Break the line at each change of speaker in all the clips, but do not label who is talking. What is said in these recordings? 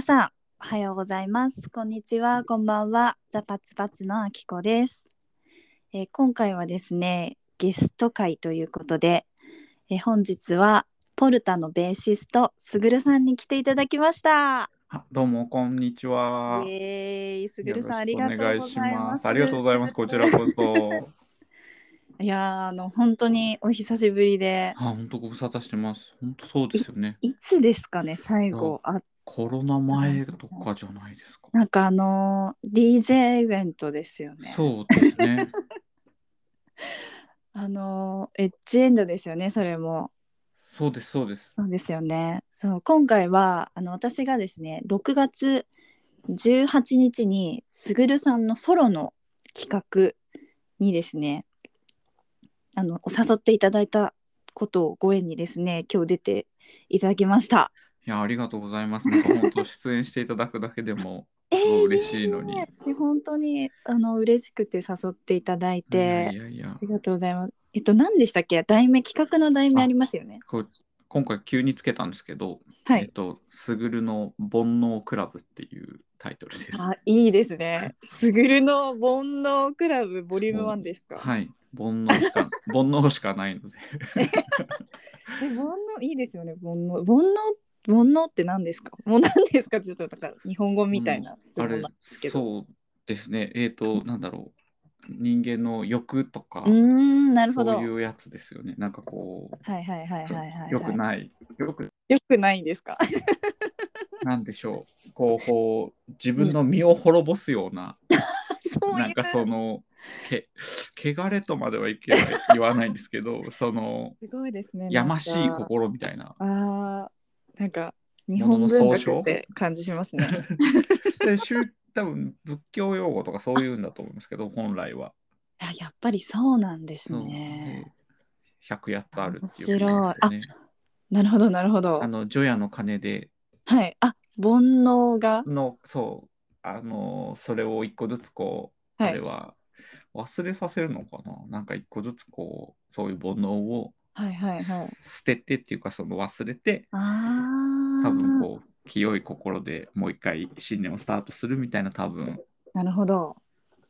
さん、おはようございます。こんにちは、こんばんは。ザパツパツのあきこです、えー今回はですね、ゲスト会ということで、えー本日はポルタのベーシストすぐるさんに来ていただきました。
あどうも、こんにちは。
イエーイ、すぐ
よろ
る
し
さんありがとう
く
ご
お
ざい
願い
ます。
します。ありがとうございます。こちら こそ。
いやーあの本当にお久しぶりで
あ、、本当ご無沙汰してます。本当そうです よね。
いつですかね最後あ
コロナ前とかじゃないですか。
なんかあのー DJ イベントですよね。
そうですね。
あのーエッジエンドですよねそれも。
そ うです、そうです。
そうですよね。そう今回はあの私がですね6月18日にすぐるさんのソロの企画にですねあのお誘っていただいたことをご縁にですね今日出ていただきました。
いや、ありがとうございます。なんか本当、出演していただくだけでも、すごい嬉しいのに。い
ね私本当にあの嬉しくて誘っていただいて
やいやいや
あ。りがとうございます。えっと何でしたっけ題名企画の題名ありますよね。
こう今回、急につけたんですけど、
は
えっ
い。
と、すぐるの煩悩クラブっていうタイトルです。
あいいですね。すぐるの煩悩クラブボリューム1ですか。
はい。煩悩しか、煩悩しかないので。
え煩悩いいですよね煩悩煩悩煩悩って何ですか もう何ですかちょっとなんか日本語みたいな質
あ
問なん
れ
ですけど、
そうですねえっ、となんだろう人間の欲とか
うーんなるほど
そういうやつですよねなんかこう
はいはいはいはいはい、はい、
よくないよく
よくないんですか
なんでしょうこうこう自分の身を滅ぼすような、
そういう
なんかそのけ汚れとまではいけない言わないんですけど その
すごいですね
やましい
なんか
心みたいな。
あーなんか日本文学って感じしますね
で宗多分仏教用語とかそういうんだと思いますけど本来は。
あやっぱりそうなんです
そう
ね
108つあるってい
面
う、
白いなるほどなるほど
あの除夜の鐘で
はいあ煩悩が
のそうあのそれを一個ずつこう、
はい
あれは忘れさせるのかななんか一個ずつこうそういう煩悩を
はいはい はい
捨ててっていうかその忘れて
ああ
多分こう清い心でもう一回新年をスタートするみたいな多分
なるほど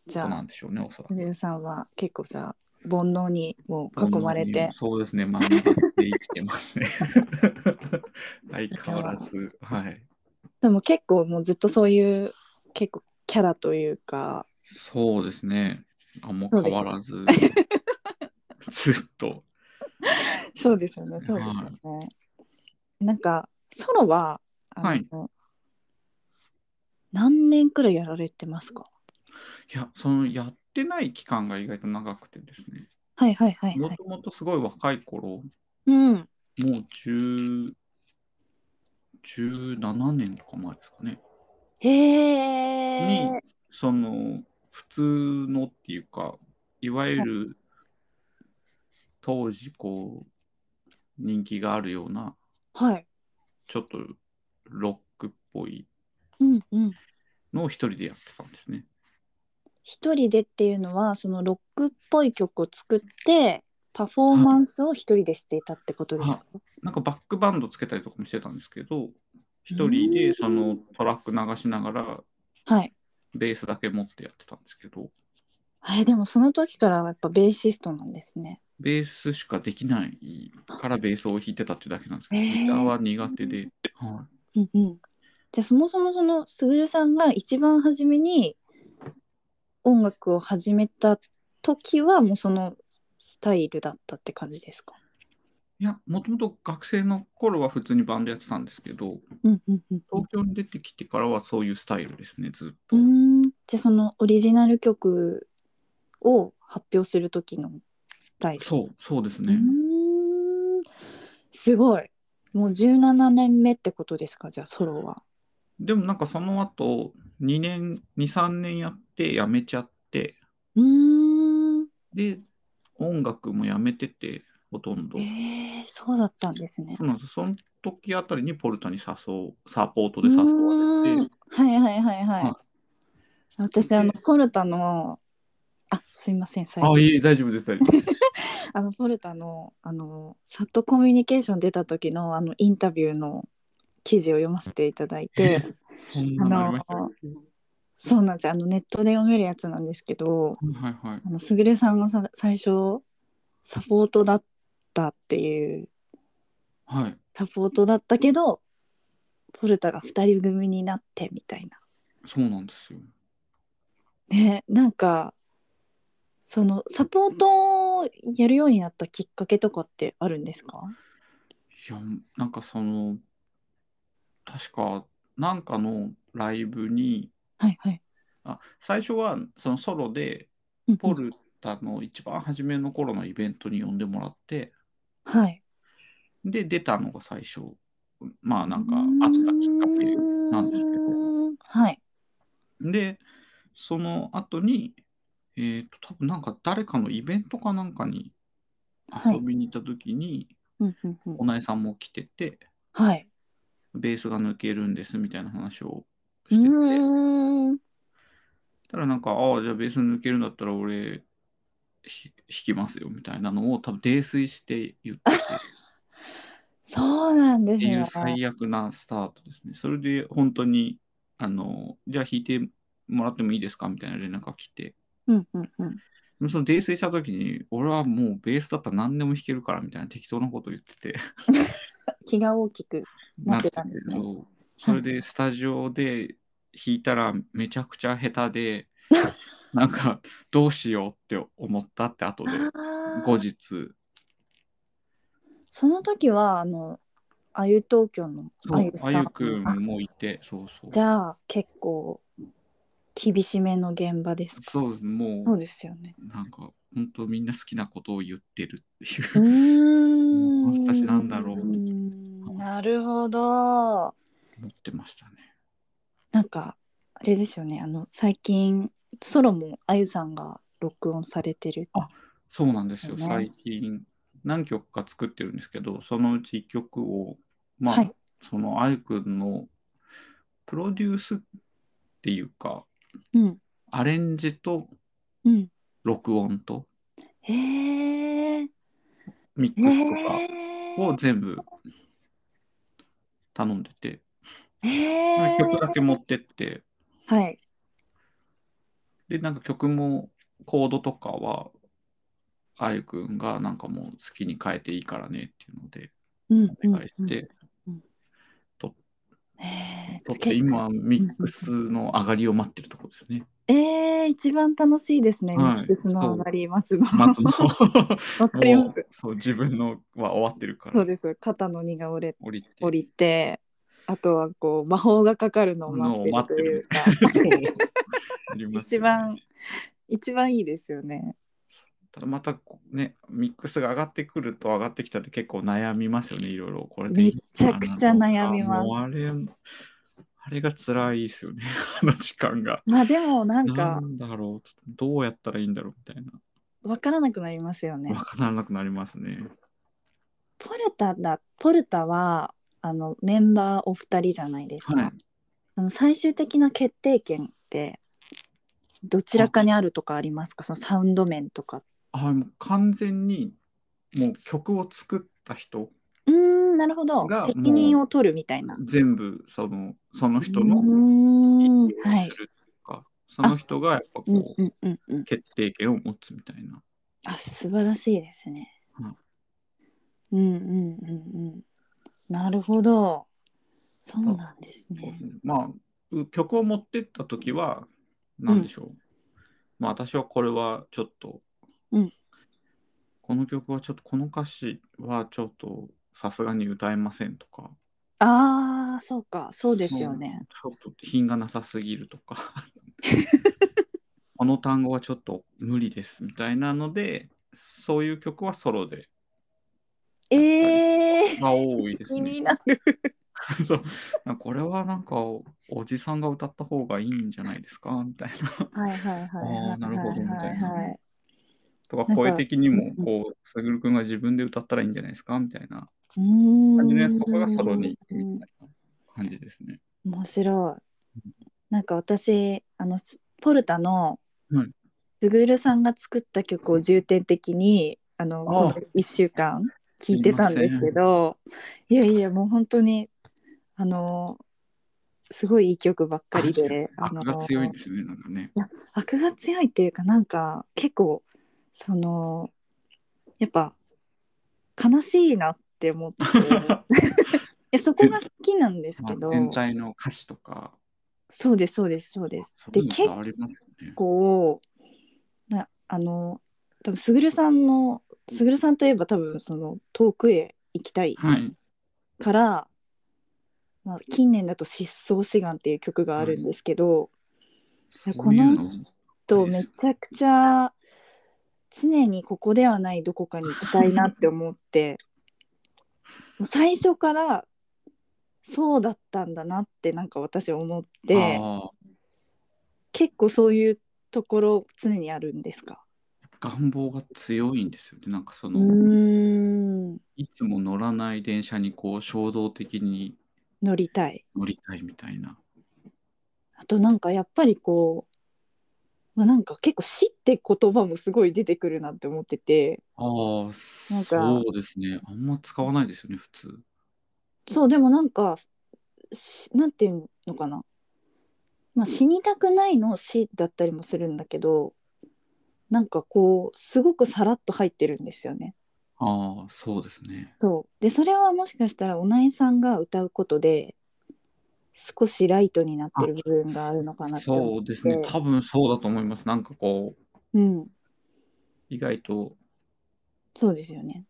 じ
そ
ゃ
う
あ
なんでしょうねおそ
す
らく。
ぐるさんは結構さ煩悩にもう囲まれ
煩悩
て
にそうですね、まみれて生きてますね。 相変わらず。はい。
でも結構もうずっとそういう結構キャラというか
そうですね。あんま
そう
変
です
わ らず、ずっと。
そうですよねそうですよね、なんかソロはあの、
はい
何年くらいやられてますか
いや、そのやってない期間が意外と長くてですね。
はいはいはい
も
はい
ともとすごい若い頃、
うん
もう10 17年とか前ですかね。
へ
に
え、
その、普通のっていうか、いわゆる当時こう、人気があるような、
はい
ちょっとロックっぽい
うんうん
のを一人でやってたんですね。
一人でっていうのはそのロックっぽい曲を作ってパフォーマンスを一人でしていたってことですか、
なんかバックバンドつけたりとかもしてたんですけど、一人でそのトラック流しながら、
はい
ベースだけ持ってやってたんですけど、
えでもその時からやっぱベーシストなんですね。
ベースしかできないからベースを弾いてたってだけなんですけど、
へー
ギターは苦手で、は
うんうん、じゃあそもそもそのすぐるさんが一番初めに音楽を始めた時はもうそのスタイルだったって感じですか、
い、いや、もともと学生の頃は普通にバンドやってたんですけど、
うんうんうん
東京に出てきてからはそういうスタイルですね、ずっ
う
と。
ん、じゃあそのオリジナル曲を発表する時のスタイル
そう、そうです
う
ね。
んすごいもう17年目ってことですかじゃあソロは。
でもなんかその後、2年、2、3年やってやめちゃって、
うん
で、音楽もやめてて、ほとんど。
えー、そうだったんですね。
そうなんです。その時あたりにポルタに誘う、サポートで誘わ
う
れ
ーん
て、
はいはいはいはい。
は
私あの
で
ポルタのあすいません最
あ、
後
いえいえ、大丈夫です、大丈夫です。
あのポルタのあのサットコミュニケーション出た時のあのインタビューの記事を読ませていただいて
そん
あ
なのあり
の
ましたよ
そうなんですよあのネットで読めるやつなんですけど
はいはい。
あのすぐるさんがさ最初サポートだったっていう
はい。
サポートだったけどポルタが2人組になってみたいな。
そうなんですよ。
ねなんかそのサポートをやるようになったきっかけとかってあるんですか
いや、なんかその、確か、なんかのライブに、
はいはい。
あ最初はそのソロで、
うんうん
ポルタの一番初めの頃のイベントに呼んでもらって、
はい。
で、出たのが最初。まあなんか、あったきっかけなんですけど
うーんはい。
で、その後に、えっ、と、多分なんか誰かのイベントかなんかに
はい
遊びに行った時に、
うんうんうん
おなえさんも来てて、
はい。
ベースが抜けるんですみたいな話を
う
してて、
ーん。
ただなんか、ああ、じゃあベース抜けるんだったら俺、ひ弾きますよみたいなのを多分泥酔して言っててっ
そうなんです
てい
ね
う。最悪なスタートですね。それで本当に、あの、じゃあ弾いてもらってもいいですかみたいな連絡が来て、
うんうんうん。
でもその泥酔した時に、俺はもうベースだったら何でも弾けるからみたいな適当なこと言ってて、
気が大きく。なってたんですね
なってたけどそれでスタジオで弾いたらめちゃくちゃ下手 で、なんかどうしようって思ったって後で、
あー
後日、
その時はあのあゆ東京の
そ
あ
う
ゆ、さ
あ
ん
ゆくん
あ
もいて、そうそう。
じゃあ結構厳しめの現場ですか。
そうです、も
そう
う、
ですよね。
なんか、本当みんな好きなことを言ってるってい
う
う
ーん。
私なんだろう
うなるほど。
思ってましたね。
なんかあれですよねあの最近ソロもあゆさんが録音されてる
あそうなんですよ、
ね
最近何曲か作ってるんですけどそのうち1曲をまあ、
はい
そのあゆくんのプロデュースっていうか
うん
アレンジと
うん
録音と
へえ
ミックスとかを
ー、
全部頼んでて、
えー、
曲だけ持ってって
はい
でなんか曲もコードとかはあゆくんがなんかもう好きに変えていいからねっていうので
うん
お願いし
うん
て、
うんえ
撮っ
ー、結
て
構
今ミックスの上がりを待ってるところですね。
えー、一番楽しいですね、
はい
ミックスの上がり松の
松 の
わかりま
もう
す
そう自分のは終わってるか
そう
ら
です肩の荷が折れ
降りて。
降りてあとはこう魔法がかかるのを待ってるというか
ありますよね
一番一番いいですよね
ただまたこうねミックスが上がってくると上がってきたって結構悩みますよねいろいろこれでいいのかな
めちゃくちゃ悩みます
もうあれあれが辛いですよね あの時間が。
まあでもなん
な
か
んだろうどうやったらいいんだろうみたいな
わからなくなりますよね。
わからなくなりますね。
ポルタだポルタはあのメンバーお二人じゃないですか、
はい
あの最終的な決定権ってどちらかにあるとかありますかそのサウンド面とか
あもう完全にもう曲を作った人
うーんなるほど
がもう
責任を取るみたいな
全部そのその人
うー
の
ん
意見
は
を
い
するとか、その人がやっぱこ
う
う、
んうんうんうん
決定権を持つみたいな
あ素晴らしいですね、うんうんうんうんなるほどそうなんです
そうで
ね
すね、まあう曲を持ってった時は何でしょう、まあ私はこれはちょっと、
うん
この曲はちょっとこの歌詞はちょっとさすがに歌えませんとか
ああそうかそうですよね、
ちょっと品がなさすぎる とかこの単語はちょっと無理ですみたいなのでそういう曲はソロで
ええー、
が多いです
気に
ね。
なる。
そうなんかこれはなんかおおじさんが歌った方がいいんじゃないですかみたいな。
はいはいはいはい。
あーなるほどみたいな
はは
とか
なんか
声的にも
う
こうさぐるくんが自分で歌ったらいいんじゃないですかみたいな
うーん。
感じのやつとかがソロに行くみたいな感じですね。
面白い。なんか私、あの、スポルタの
はい。
すぐるさんが作った曲を重点的に、あの、
あ
こ
ー
の一週間。聞いてたんですけど。いやいや、もう本当に。あのすごいいい曲ばっかりであ
悪
の
が強いんですよね、なんかね。
悪が強いっていうかなんか結構そのやっぱ悲しいなって思って えそこが好きなんです
ま
け
あ
ど
全体の歌詞とか、
そうですそうですそうです
そう
で
いう
結
のがありますよね。
構なあの多分すぐるさんのすぐるさんといえば多分その遠くへ行きたい
はい。
から、まあ、近年だと「失踪志願」っていう曲があるんですけど、
そういう
この
の
とめちゃくちゃ常にここではないどこかに行きたいなって思ってもう最初からそうだったんだなってなんか私は思って
ああ
結構そういうところ常にあるんですか
願望が強いんですよね。なんかそうの、
ん
いつも乗らない電車にこう衝動的に
乗りたい
乗りたいみたいな。
あとなんかやっぱりこう、まあ、なんか結構死って言葉もすごい出てくるなって思ってて
ああ、
なんか
そうですね。あんま使わないですよね、普通。
そうでもなんかしなんていうのかな、まあ、死にたくないの死だったりもするんだけどなんかこうすごくさらっと入ってるんですよね。
ああ、そうですね。
そうでそれはもしかしたらおないさんが歌うことで少しライトになってる部分があるのかなって思
そうですね。多分そうだと思います。なんかこう、
う、うん、
意外と
そうですよね。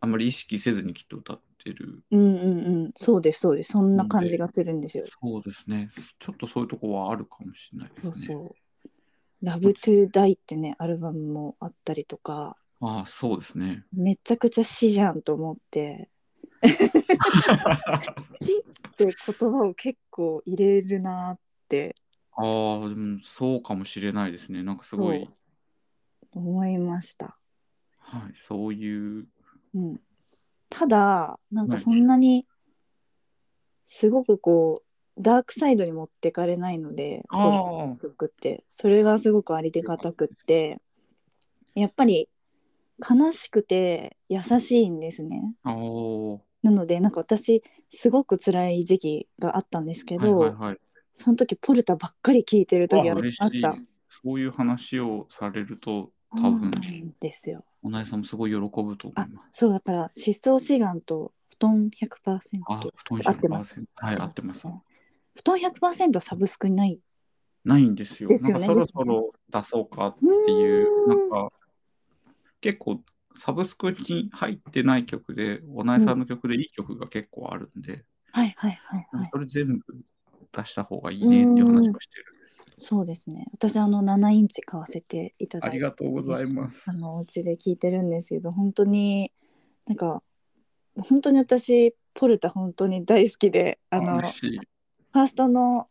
あんまり意識せずにきっと歌ってる。
うんうんうんそうですそうですそんな感じがするんですよ。
そうですね。ちょっとそういうとこはあるかもしれないです
そ
ね。
うそう。ラブトゥーダイってねアルバムもあったりとか。
ああ、そうですね。
めちゃくちゃ死じゃんと思 って 死って言葉を結構入れるなって
ああ、でもそうかもしれないですね。なんかすごい
そ、思いました、
はい、そういう、
うん、ただなん
は
か
い
そんなにすごくこうダークサイドに持ってかれないので
あー
この曲ってそれがすごくありがたくってやっぱり悲しくて優しいんですね
ああ、は
なのでなんか私すごく辛い時期があったんですけ
い
ど、
はいはい。
その時ポルタばっかり聞いてる時あ
あ
り
嬉
ま
し
し
い
た。。
そういう話をされると、多
そうな
分、
んですよ。
おなえさんもすごい喜ぶと思います。
そうだから失踪志願と布団100%。
あ、布団
合ってます
100%はい、合ってます。
布団100%はサブスクにない。
ないんですよ。
ですよ
な
ね
んかそろそろ出そうかっていう、
う
な
ーん
んか、結構、サブスクに入ってない曲で、おなえさんの曲でいい曲が結構あるんで、
はいはいはいはい。
それ全部出した方がいいねっていう話をしてる。
そうですね。私あの7インチ買わせていた
あ
だ
り
いて、
がとうございます。
あのお家で聞いてるんですけど、本当になんか本当に私ポルタ本当に大好きで、あの
嬉しい。
ファーストの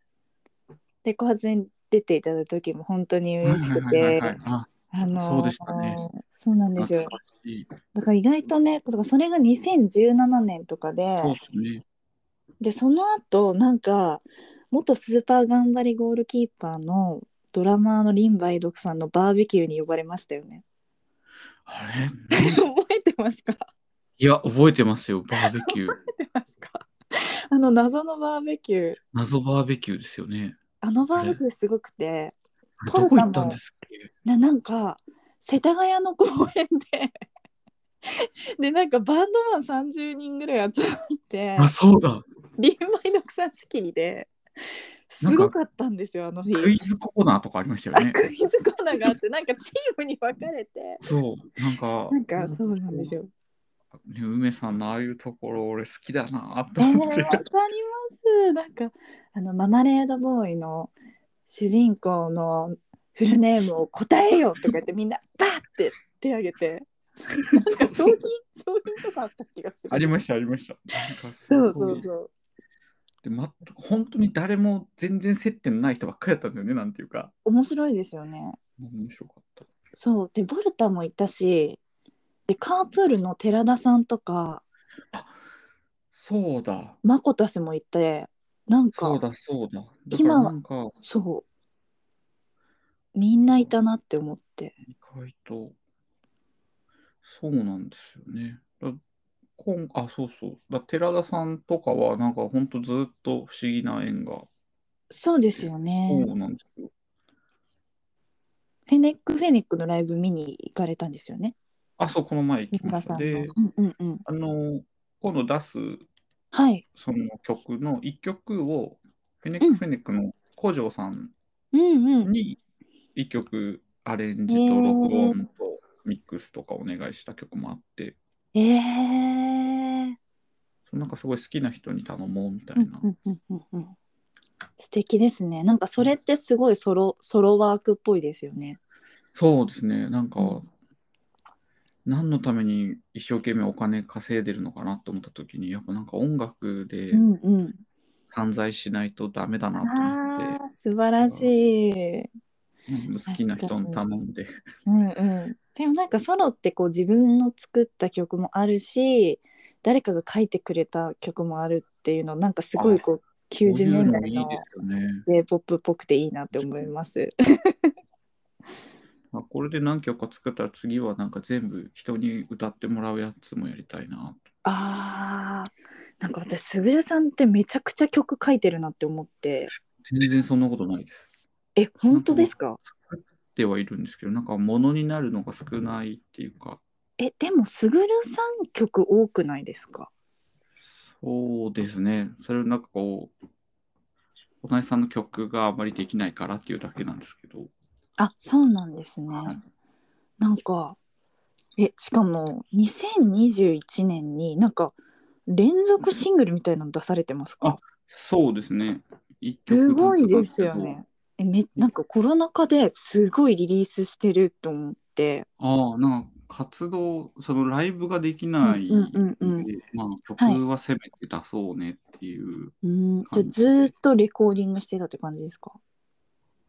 レコ発に出ていただいた時も本当に嬉しく
はいはい
て
はいは。いあ
あのー
そうでしたね
そうなんです
懐
よ
か。しい。
だから意外とね、だからそれが2017年とかで、
そうですね。
で、その後、なんか、元スーパー頑張りゴールキーパーのドラマーのリンバイドクさんのバーベキューに呼ばれましたよね。
あれ
覚えてますか覚
いや、覚えてますよ。バーベキュー。
えてますかあの謎のバーベキュー、
謎バーベキューですよね。
あのバーベキューすごくて、
あれ
ポルタ
どこ
も
行ったんですっけ
ななんか世田谷の公園で でなんかバンドマン30人ぐらい集まって
あ、そうだ。
リンマイの草仕切りで
なん
す
か
ごかったんですよあの日
クイズコーナーとかありましたよ
あ
ね。
クイズコーナーがあってなんかチームに分かれて
そう。なんか、
なんかそうなんです よ。
ね梅さんのああいうところ、俺好きだなぁ
え
と
ー、
思
わ
っ
か
て
りま。すなんかあのママレードボーイの主人公のフルネームを答えよとか言ってみんなバーって手挙げてなんか商品商品とかあった気がする。
ありました、ありました。なんかす
そ
ごいう
そうそう。
で、全く本当に誰も全然接点ない人ばっかりだったんですよね、なんていうか。
面白いですよね。
面白かった。
そうでボルタもいたしでカープールの寺田さんとか
そうだ。
マコタスもいてなんか
そうだ、そうだ。だから
今は
なんか、
そうみんないたなって思って
意外と、そうなんですよね。だ今あ、そうそう。だ寺田さんとかは、なんか本当ずっと不思議な縁が。
そうですよね。
そうなんですよ。
フェネック・フェネックのライブ見に行かれたんですよね。
あ、そう、この前行き
三
ま
浦
した。
さんの。
で、
うんうんうん。
あの、今度出す
はい。
その曲の1曲を、フェネック・フェネックの工場さん
うんうん。
に1曲アレンジと録音とミックスとかお願いした曲もあって、
ええー。
なんかすごい好きな人に頼もうみたい
うん
な。
うんうんうんうん。素敵ですね。なんかそれってすごいソロソロワークっぽいですよね。
そうですね、なんか、
うん
何のために一生懸命お金稼いでるのかなと思った時に、やっぱなんか音楽で
うんうん。
散財しないとダメだなと思って
ああ、素晴らしい。、
うん好きな人に頼んで。
うんうん。でもなんかソロってこう自分の作った曲もあるし、誰かが書いてくれた曲もあるっていうのなんかすごいこう
こうい
90年
うのい
代
い
の
ですよね。
J-POP っぽくていいなって思います。
まあ、これで何曲か作ったら次はなんか全部人に歌ってもらうやつもやりたいなと。
ああ、なんか私すぐるさんってめちゃくちゃ曲書いてるなって思って、
全然そんなことないです。
え本当ですか？
作ってはいるんですけど、なんか物になるのが少ないっていうか、
えでもすぐるさん曲多くないですか？
そうですね。それをなんかこう、おなさんの曲があまりできないからっていうだけなんですけど、
あそうなんですね。
はい
なんかえしかも2021年になんか連続シングルみたいなの出されてますか
あそうですね。一曲
す
ずつ
ごい
なん
です
けど
よね。えめなんかコロナ禍ですごいリリースしてると思って
ああ、なんか活動、そのライブができない
うんうんうんうん
でまあ
はい
曲はせめて出そうねっていう。
うんじゃあずーっとレコーディングしてたって感じですか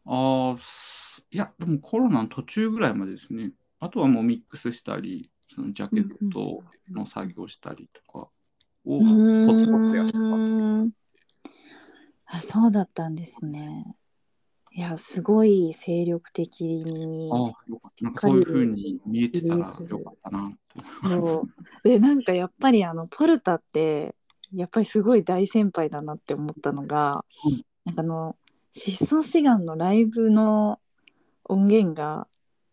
ああ、すいや、でもコロナの途中ぐらいまでですね。あとはもうミックスしたり、そのジャケットの作業したりとかを
う
ポツポツやってたっていう。
ーんあそうだったんですね。いやすごい精力的に。
ああ、よかった。なんかそういうふうに見えてたらよか
リリース
ったなと思いま
そうでなんかやっぱりあのポルタってやっぱりすごい大先輩だなって思ったのが、
うん
なんかあの疾走志願のライブの音源が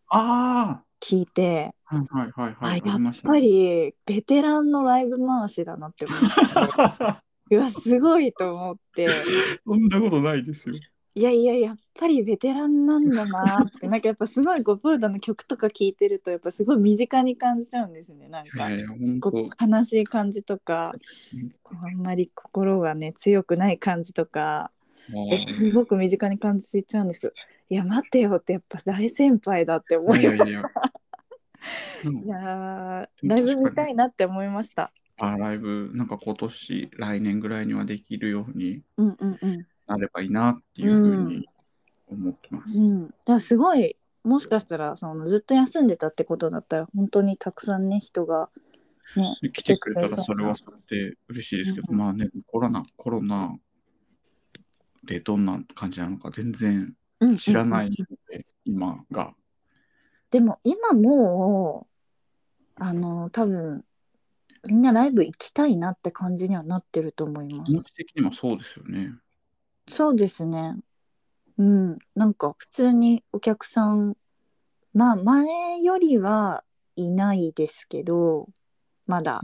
あ
聞いて、
あ、はいはいはいはい、
あ
あ
や
りまし
ったぱ
ね。
りベテランのライブ回しだなって思ってうわすごいと思って
そんなことないですよ。
いやいややっぱりベテランなんだなってなんかやっぱすごいこうポルタの曲とか聞いてるとやっぱすごい身近に感じちゃうんですねなん
い
か
や。いや、本
こ
当
う悲しい感じとか
うん
こうあんまり心がね強くない感じとかえすごく身近に感じちゃうんですいや待てよってやっぱ大先輩だって思いましたいや
や。う
ー
ん
ライブ見たいなって思いました
あライブ、なんか今年、来年ぐらいにはできるように
うんうんうん
なればいいなっていうふうに思ってます。
うんだからすごいもしかしたらそのずっと休んでたってことだったら本当にたくさんね人がね
来てくれたらそれはそれで嬉しいですけど、
うん
まあね、コロナ、コロナでどんな感じなのか全然知らないので、今が。
でも今もうあの多分みんなライブ行きたいなって感じにはなってると思います
気。持ち的にもそうですよね。
そうですね。うん、なんか普通にお客さんまあ前よりはいないですけどまだ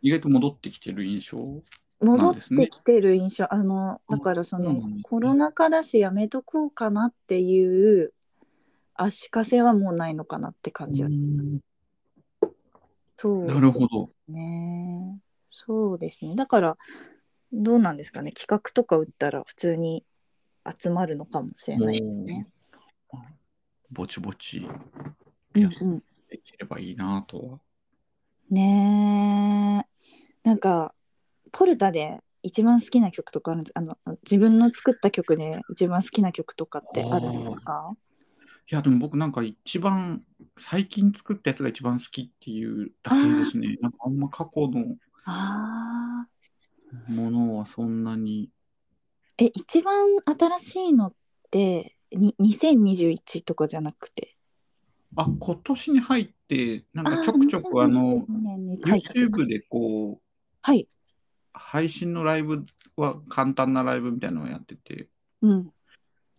意外と戻ってきてる印象。
戻
な
っ
んですね
てきてる印象、あのだからそ
そう
の
なんですね
コロナ禍だしやめとこうかなっていう足かせはもうないのかなって感じはそう
なるほど
ですね。そうですね。だからどうなんですかね。企画とか打ったら普通に集まるのかもしれ
も
ない。
う
ね、
ぼちぼち
う
うんん
うん、
できればいいなとは。
ねえ。なんかポルタで一番好きな曲とかあるんですあの自分の作った曲で一番好きな曲とかってあるんですか？
いや、でも僕なんか一番、最近作ったやつが一番好きっていうだけですね。なんかあんま過去の
ああ。
ものはそんなに。
え一番新しいのってに2021とかじゃなくて。
あ、今年に入って、なんかちょくちょくあの、
2022年に書いたとか
YouTube でこう、
はい。
配信のライブは簡単なライブみたいなのをやってて、
うん。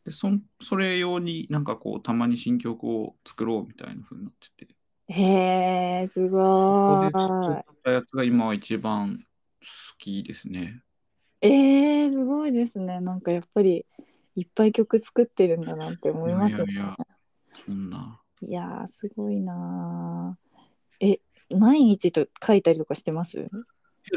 でそんそれ用になんかこう、たまに新曲を作ろうみたいな風になってて、
へえ、すご
ここで
ーい。
作ったやつが今は一番好きですね。
えー、すごいですね。なんかやっぱりいっぱい曲作ってるんだなって思いますね。
いやいやいそんな。
いやーすごいなー。え、毎日と書いたりとかしてます
いや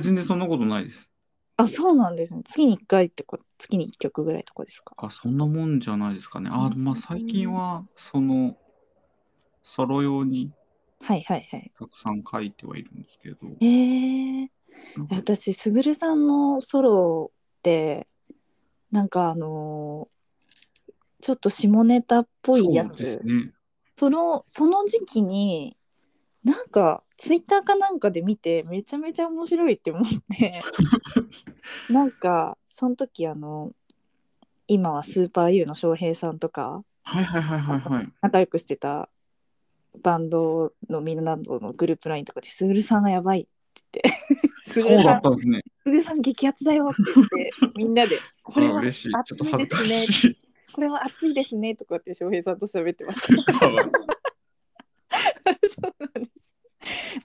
全然そんなことないです。
あ、そうなんですね。月に1回ってこと、月に1曲ぐらいとかですか。
あ、そんなもんじゃないですかね。あ、
うん
まあ最近は、その、ソロ用に
はいはいはい。
たくさん書いてはいるんですけど、
えー、
なんか
私、すぐるさんのソロって、なんかあのーちょっと下ネタっぽいや
そうで
つ
す。ね。
そのその時期になんかツイッターかなんかで見てめちゃめちゃ面白いって思って なんかその時あの今はスーパー U の翔平さんとか
はいはいはいはいはい。
仲良くしてたバンドのみんなのグループラインとかで「すぐるさんがやばい」って言って「す
そ
ぐる
うだ
さ
っ
ん
たんですね。
すぐるさん激アツだよ」って言って みんなで「これ
あ
は
嬉しい。ちょっ
熱
と
い
恥ずか
ですね」
しい。
これは熱いですねとかって翔平さんと喋ってました。 そうなんです。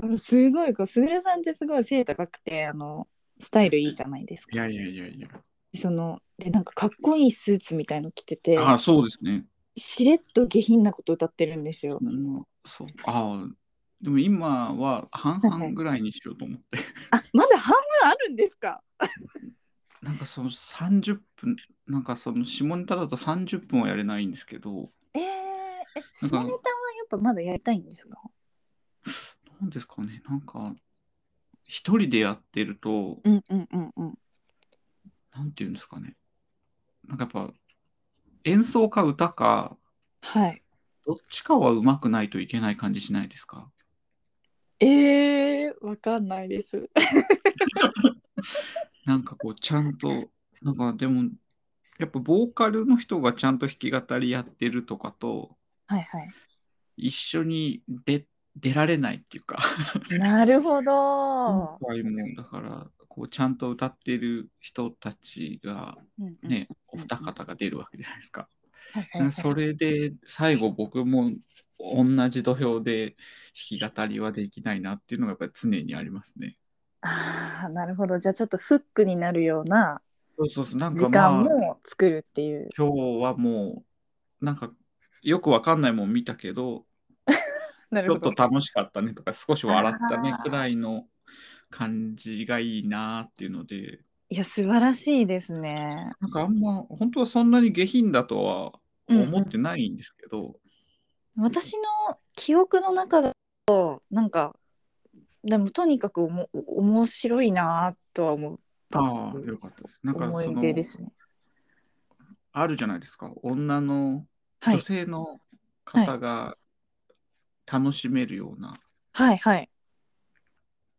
あのすごいこうすぐるさんってすごい背高くてあのスタイルいいじゃないです
い
か。
やいやいやいや。
そのでなんかかっこいいスーツみたいの着てて
あ、そうですね。
しれっと下品なこと歌ってるんですよ。
うんそう。あでも今は半
はいは
々
い
ぐらいにしようと思って。
あまだ半分あるんですか。
なんかその30分、なんかその下ネタだと30分はやれないんですけど、
えー、え下ネタはやっぱまだやりたいんですか。
なんですかね、なんか、一人でやってると、
うんうんうんうん。
なんていうんですかね。なんかやっぱ、演奏か歌か、
はい。
どっちかは上手くないといけない感じしないですか
えー、わかんないです。
なんかこう、ちゃんと、なんかでも、やっぱボーカルの人がちゃんと弾き語りやってるとかと、
はいはい。
一緒に出出られないっていうか、
なるほ
今
ど。
回もだから、こうちゃんと歌ってる人たちが
うんうん
ね、お二方が出るわけじゃないですか。
はいはいはい
それで最後僕も同じ土俵で弾き語りはできないなっていうのがやっぱり常にありますね。
ああ、なるほど。じゃあちょっとフックになるような
そうそうそう、なん
時
かま
間
あ、
も作るっていう。
今日はもう、なんかよくわかんないもん見たけど、
な
ち
る
ょ
ほ
っ
ど
と。楽しかったねとか、少し笑ったね
あー
くらいの感じがいいなっていうので、
いや、素晴らしいですね。
なんかあんま、本当はそんなに下品だとは思ってないんですけど、
私の記憶の中だと、なんか、でもとにかくおも面白いなとは思った
ああ、よかったです。なんか
思
そ
い
の、
出ですね。
あるじゃないですか、女の
は
女
い。
性の方が楽しめるような
はいはい。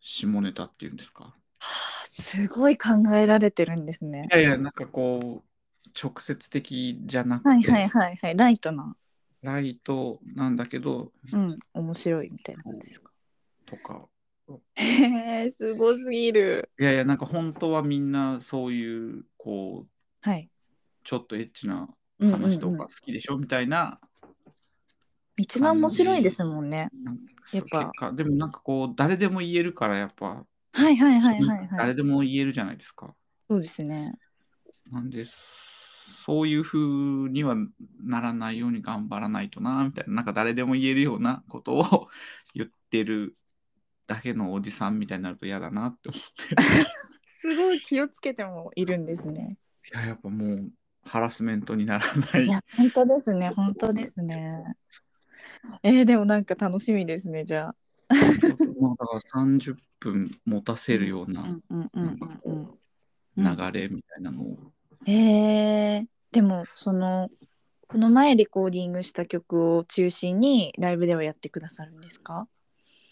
下ネタっていうんですか。
はあ、すごい考えられてるんですね
い。やいや、なんかこう、直接的じゃな
は
く
い
て、
はいはいはい。ライトな。
ライトなんだけど、
うん。面白いみたいな感じです か。
とか。
へえ、すごすぎる。
いやいや、なんか本当はみんなそういう、こう、
はい。
ちょっとエッチな
うんうんうん
話とか好きでしょ、みたいな、
一番面白いですもんね。
なんか
やっぱ
結果、でもなんかこう、誰でも言えるから、やっぱ、
はいはいはいはいはい。
誰でも言えるじゃないですか。
そうですね。
なんです。そういう風にはならないように頑張らないとな、みたいな。なんか誰でも言えるようなことを言ってるだけのおじさんみたいになると嫌だなって思って。
すごい気をつけてもいるんですね。
いや、やっぱもうハラスメントにならない。
いや、本当ですね、本当ですね。えー、でもなんか楽しみですね、じゃあ。
まあだから30分持たせるよう
う
なん
うんうんうんうん。
流れみたいなのを。
うんえー、でもそのこの前レコーディングした曲を中心にライブではやってくださるんですか？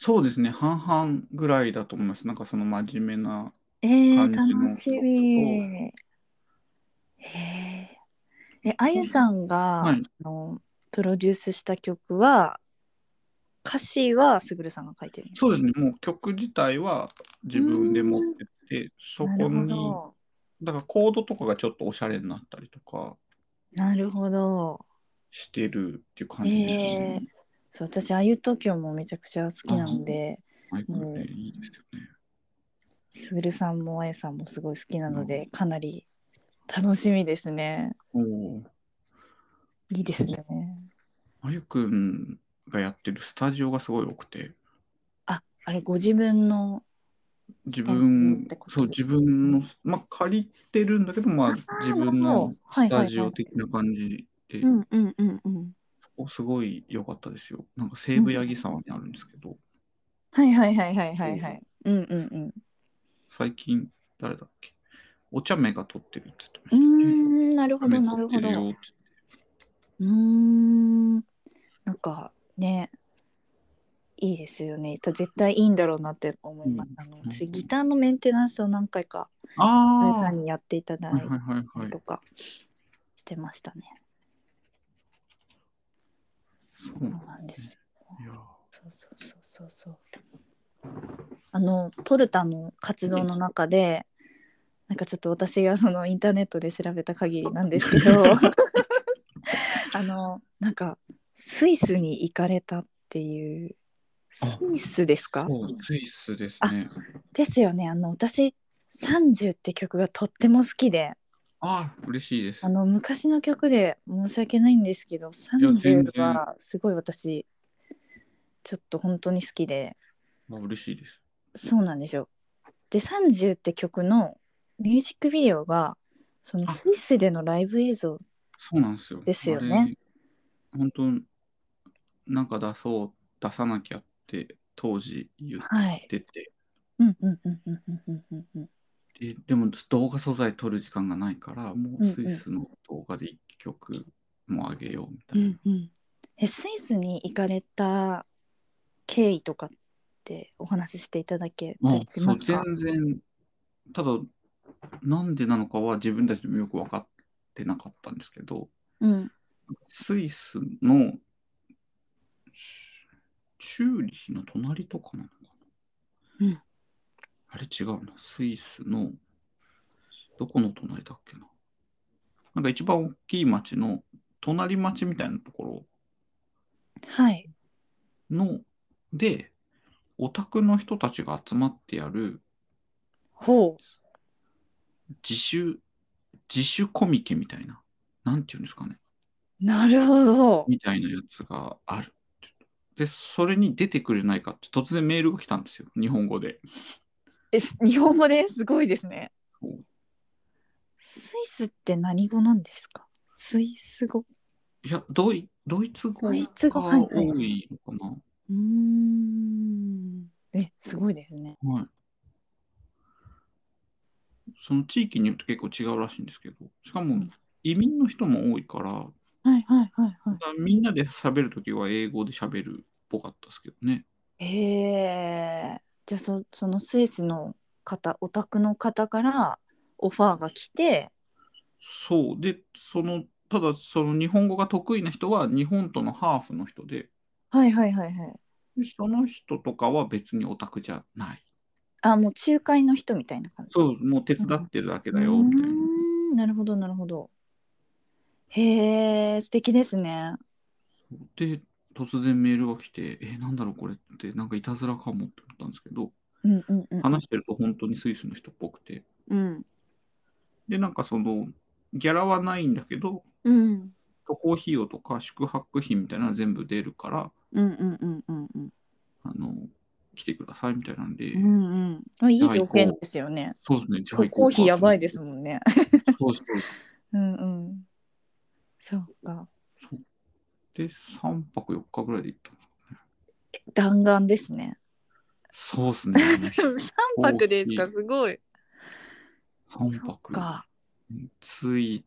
そうですね、半々ぐらいだと思います。なんかその真面目な。
えー、
感じの
楽しみ。えー、え、あゆさんが、
はい
あのプロデュースした曲は歌詞はすぐるさんが書いてるんです
そうですね、もう曲自体は自分で持ってって、そ
なる
こ
ほ
に、
ど
だからコードとかがちょっとおしゃれになったりとか
なるほど
してるっていう感
え
じですね
え。そう私ああいう東京もめちゃくちゃ好きなんで
マイクロでいいですよね。
すぐるさんもあやさんもすごい好きなので、かなり楽しみですね
おー
いいですね
まゆくんがやってるスタジオがすごい多くて、
ああれご自分の
自
スタジオっ
分
て、こと
そう、自分の、まあ、借りてるんだけど、まあ、自分の
はい
ス
はいはい
タジオ的な感じで、
うんうんうんうん
おすごい良かったですよ。なんか西武八木沢にあるんですけど、
はいはいはいはいはいはいうんうんうん
最近、誰だっけお茶目が撮ってるって言ってま
うー
したね。
んなるほど
お
な
茶目
る
撮
ほ
って
ど。
よっ
う
て
ーん。なんかね、いいですよね。絶対いいんだろうなって思います。
うん
あの
うん
私ギターのメンテナンスを何回か、
あ
皆
あ、
さ
は
ん
い
にやっていただ
はいいはい
た
は
り
い。
とかしてましたね。
そう
そうなんですよ。
いや
そうそうそうそうそう。あのポルタの活動の中で。なんかちょっと私がそのインターネットで調べた限りなんですけ どあのなんかスイスに行かれたっていうスイスですか
そう、スイスですね。
ですよねあの私「30」って曲がとっても好きで
ああ、嬉しいです
あ。の昔の曲で申し訳ないんですけど「
全
30」
然
はすごい私ちょっと本当に好きで。
まあ、嬉しいです。
そうなんですよ。で「30」って曲のミュージックビデオがその
あ
スイスでのライブ映像
そうなんですよ。
ですよね
あれ。本当なんか出そう、出さなきゃって当時言っ
はい。
てて、
うんうんうんうんうんうんうんうん。
ででも動画素材撮る時間がないから、も
ん
う
うん
スイスの動画で一曲もあげようみた
う
いな。
んうん、えスイスに行かれた経緯とかってお話ししていただけた
も
り
う
し
そう
ますか
全然、ただ、なんでなのかは自分たちでもよく分かってなかったんですけど、
うん
スイスのチューリヒの隣とかなのかな、
うん
あれ違うな。スイスのどこの隣だっけななんか一番大きい町の隣町みたいなとこ
はい
ろのでオタクの人たちが集まってやる
ほう
自主自主コミケみたいななんていうんですかね
なるほど
みたいなやつがある。で、それに出てくれないかって突然メールが来たんですよ、日本語で。
えす日本語ですごいですね
そう
スイスって何語なんですかスイス語
いや、ドイドイツ語
ド
が
イツ語はいはい
多いのか
うーんえすごいですね
な。はい。その地域によって結構違うらしいんですけど、しか
う
も
ん
移民の人も多いから、
はいはいはいは
みんなで喋るときは英語で喋るっぽかったですけどね。
いへえじゃあそそのスイスの方オタクの方からオファーが来て
そう。で、その、ただその日本語が得意な人は日本とのハーフの人で、
はいはいはいはい
でその人とかは別にオタクじゃない。
あもう仲介の人みたいな感じ
そう、もう手伝ってるだけだよ、
うー
みたいな。
んなるほどなるほどへえ素敵ですね
で、突然メールが来て、え、なんだろう、これって、なんかいたずらかもって思ったんですけど、
うんうんうん
話してると本当にスイスの人っぽくて。
うん
で、なんかその、ギャラはないんだけど、
うん
渡航費用とか宿泊費みたいなのは全部出るから、
うんうんうんうんうん
あの、来てくださいみたいなんで、
うんうんいい条件ですよね
そうですね、じゃあ
そう
行こ
コー
うか
ヒーやばいですもんね
そうそ
う
う
んうんそうか
で、3泊4日ぐらいで行ったの
弾丸ですね
そうですね、あ の日
三泊ですかすごい
3
そっ
泊。
か
つい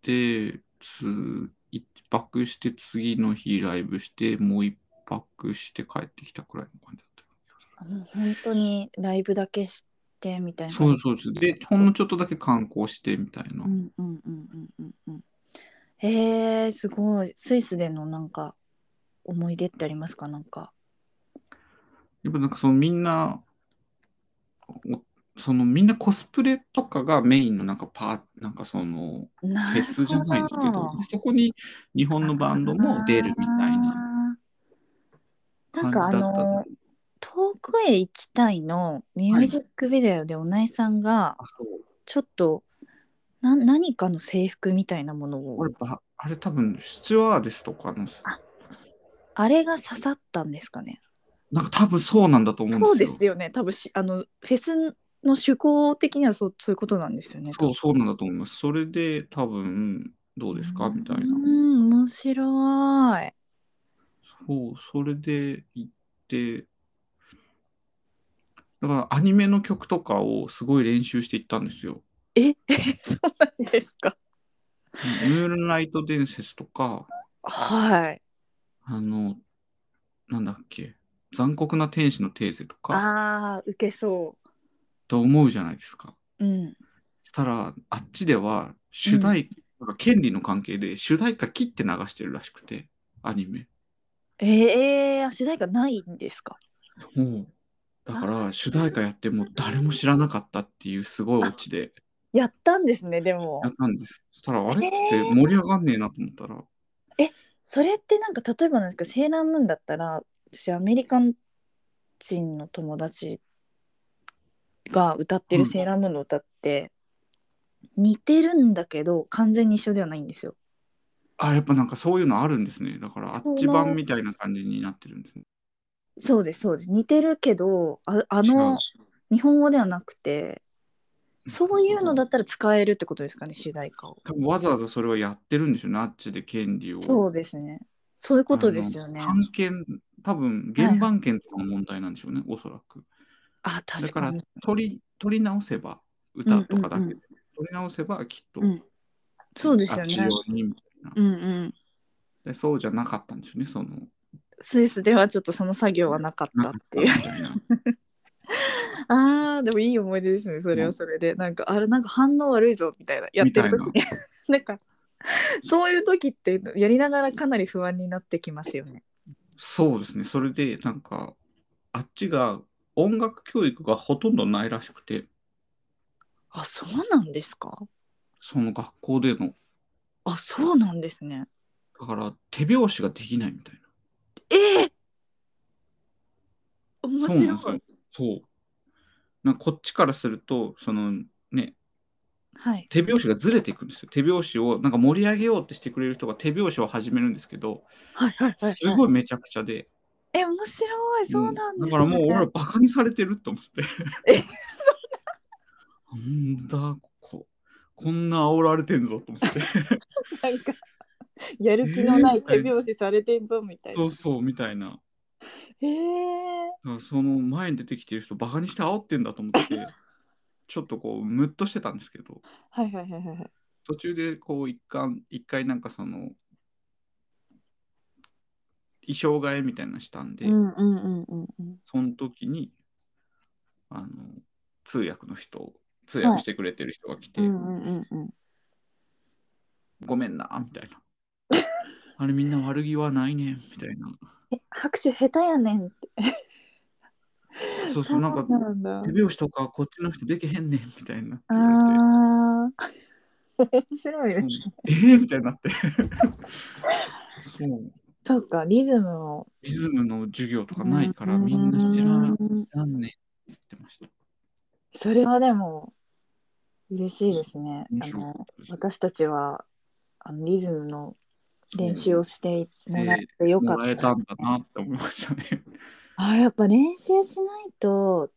て、つ、一泊して、次の日ライブして、もう一泊して帰ってきたくらいの感じだっ
もう本当にライブだけしてみたい
た。
な
そうそうです。で、ほんのちょっとだけ観光してみたいな
う。んうんうんうんうんうん。へえすごいスイスでのなんか思い出ってありますかなんか
やっぱなんかそのみんな、おそのみんなコスプレとかがメインのなんかパー、なんかその
な
フェスじゃないですけど、そこに日本のバンドも出るみたいな。
あーなんかあ
感じだった
の「遠くへ行きたい」のミュージックビデオでおなえさんが
あ、そう。
ちょっとな何かの制服みたいなものを
俺ば、あれ多分、スチュワーデスとかの、
ああれが刺さったんですかね
なんか多分そうなんだと思うんですよ。
そうですよね多分しあのフェスの趣向的にはそうそういうことなんですよね
そう、そうなんだと思います。それで多分、どうですかみたいな。
うん面白い
そう、それで行って、だからアニメの曲とかをすごい練習していったんですよ。
え そうなんですか
ムーンライト伝説とか、
はい
あの、なんだっけ、残酷な天使のテーゼとか、
あー受けそ
と思うじゃないですか。
ううん
したら、あっちでは主題、なんか権利の関係で主題歌切って流してるらしくて、アニメ。
えー、主題歌ないんですか
そうだから主題歌やっても誰も知らなかったっていうすごいオチで
やったんですねでも
やったんです。そしたらあれ
え
っ
ー
つって盛り上がんねえなと思ったら、
それってなんか例えばなんですけどセーラームーンだったら私アメリカン人の友達が歌って
う
る
ん
セーラームーンの歌って、似てるんだけど完全に一緒ではないんですよ。
あ、やっぱなんかそういうのあるんですね。だからあ
そ
っ
う
ち版みたいな感じになってるんですね。
そうですそうです似てるけどああ
違う
の日本語ではなくて
ん
そういうのだったら使えるってことですかね主題歌を。
多分わざわざそれはやってるんでしょうね。あっちで権利を。
そうですねそういうことですよね
あ。の版権、多分原版権とかの問題なんでしょうね、おそらく。
あ
だ
確
か
からに。
取り取り直せば、歌とかだけで、
うんうんうん
取り直せばきっと、
うんそうですよ
あ
ね
っち。用にみたいな、
うんうん。
で。そうじゃなかったんですよね、その。
スイスではちょっとその作業はなかったっていう
な。かったみたいな。
あーでもいい思い出ですねそれ
うん
はそれで、なんかあれなんか反応悪いぞみたいなやってる時に なんかそういう時ってやりながらかなり不安になってきますよね。
そうですね、それで、なんか、あっちが音楽教育がほとんどないらしくて、
あそうなんですか
その学校での、
あそうなんですね。
だから手拍子ができないみたいな。
えー、面
そうなんです
白い
よ。そう。なんかこっちからすると、そのね、
はい。
手拍子がずれていくんですよ。手拍子を、なんか盛り上げようってしてくれる人が手拍子を始めるんですけど、
はいはいはい、はい。
すごいめちゃくちゃで、
え面白いそうなん
う
です、ね
んだからもう俺はバカにされてると思って。
え
なんだこ、こんな煽られてんぞと思って。
なんかやる気のない手拍子されてんぞみたいな
そ。うそうみたいな。
へえ
だからその前に出てきてる人バカにして煽ってんだと思ってちょっとこうムッとしてたんですけど
はいはいはいはいはい。
途中でこう一回一回なんかその衣装替えみたいなのしたんで、
うんうんうんうんうん。
その時にあの通訳の人通訳してくれてる人が来て「
うんうんうんうん。
ごめんな」みたいな「あれみんな悪気はないね」みたいな
え拍手下手やねんって。
そうそうなんか
なんだ。
手拍子とかこっちの人できへんねんみたいなって
あ
言われて。
あー。面白いね。
えー、みたいになって。そう。
そうか、リズムを。
リズムの授業とかないから、みんな知ら
うん
なんねんって言ってました。
それはでも。嬉しいですね。
面
あ
白かっ
の、
たです
私たちは。あのリズムの練習をしてもらってよか
も
った,、
らえたんだなって思いましたね。
あやっぱ練習しないと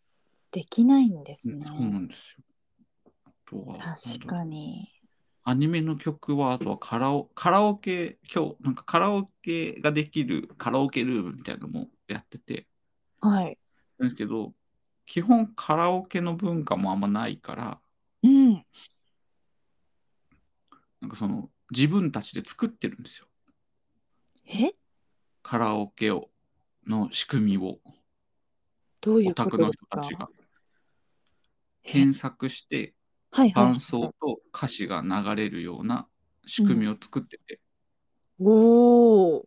できないんです
う
ね
ん、そうなんですよ。あと
確
は、なんだろう
かに
アニメの曲は、あとはカラオカラオケ、今日、なんかカラオケができるカラオケルームみたいなのもやってて、
はい
なんですけど、基本カラオケの文化もあんまないから、
うん
なんかその自分たちで作ってるんですよ。
え
カラオケをの仕組みを
どうい
オ
うこ
タ
と
ク
で
の
す
人た
か
ちが
え
検索して
はいはい
伴奏と歌詞が流れるような仕組みを作ってて、
おお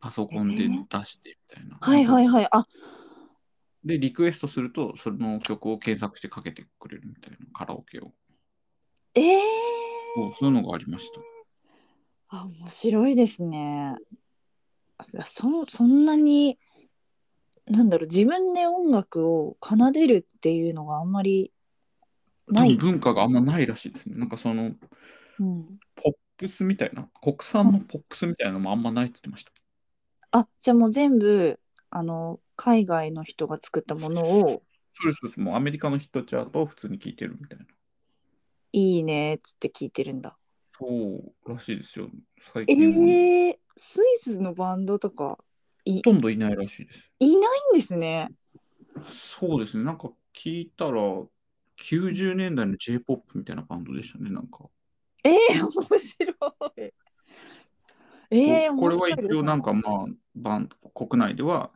パソコンで出してみたいな。
はいはいはい。あ、
で、リクエストすると、その曲を検索してかけてくれるみたいな、カラオケを。
ええ
そうそういうのがありました。
あ、面白いですね。あそそんなに、なんだろう、自分で音楽を奏でるっていうのがあんまりない。
文化があんまないらしいですね。なんかそ
う
の、
ん、
ポップスみたいな、国産のポップスみたいなのもあんまないって言ってました。
あ、じゃあもう全部、あの、海外の人が作ったものを、
そうですそうです、もうアメリカのヒットチャートを普通に聴いてるみたいな。
いいねっつって聞いてるんだ。
そうらしいですよ。最
え
近はね、
ー、スイスのバンドとか
ほとんどいないらしいです。
いないんですね。
そうですね、なんか聞いたら、90年代の J-POP みたいなバンドでしたね、なんか。
えー、面白い。えー、
こ
面
れは
白いです
一
ね
応なんかまあ、バン国内では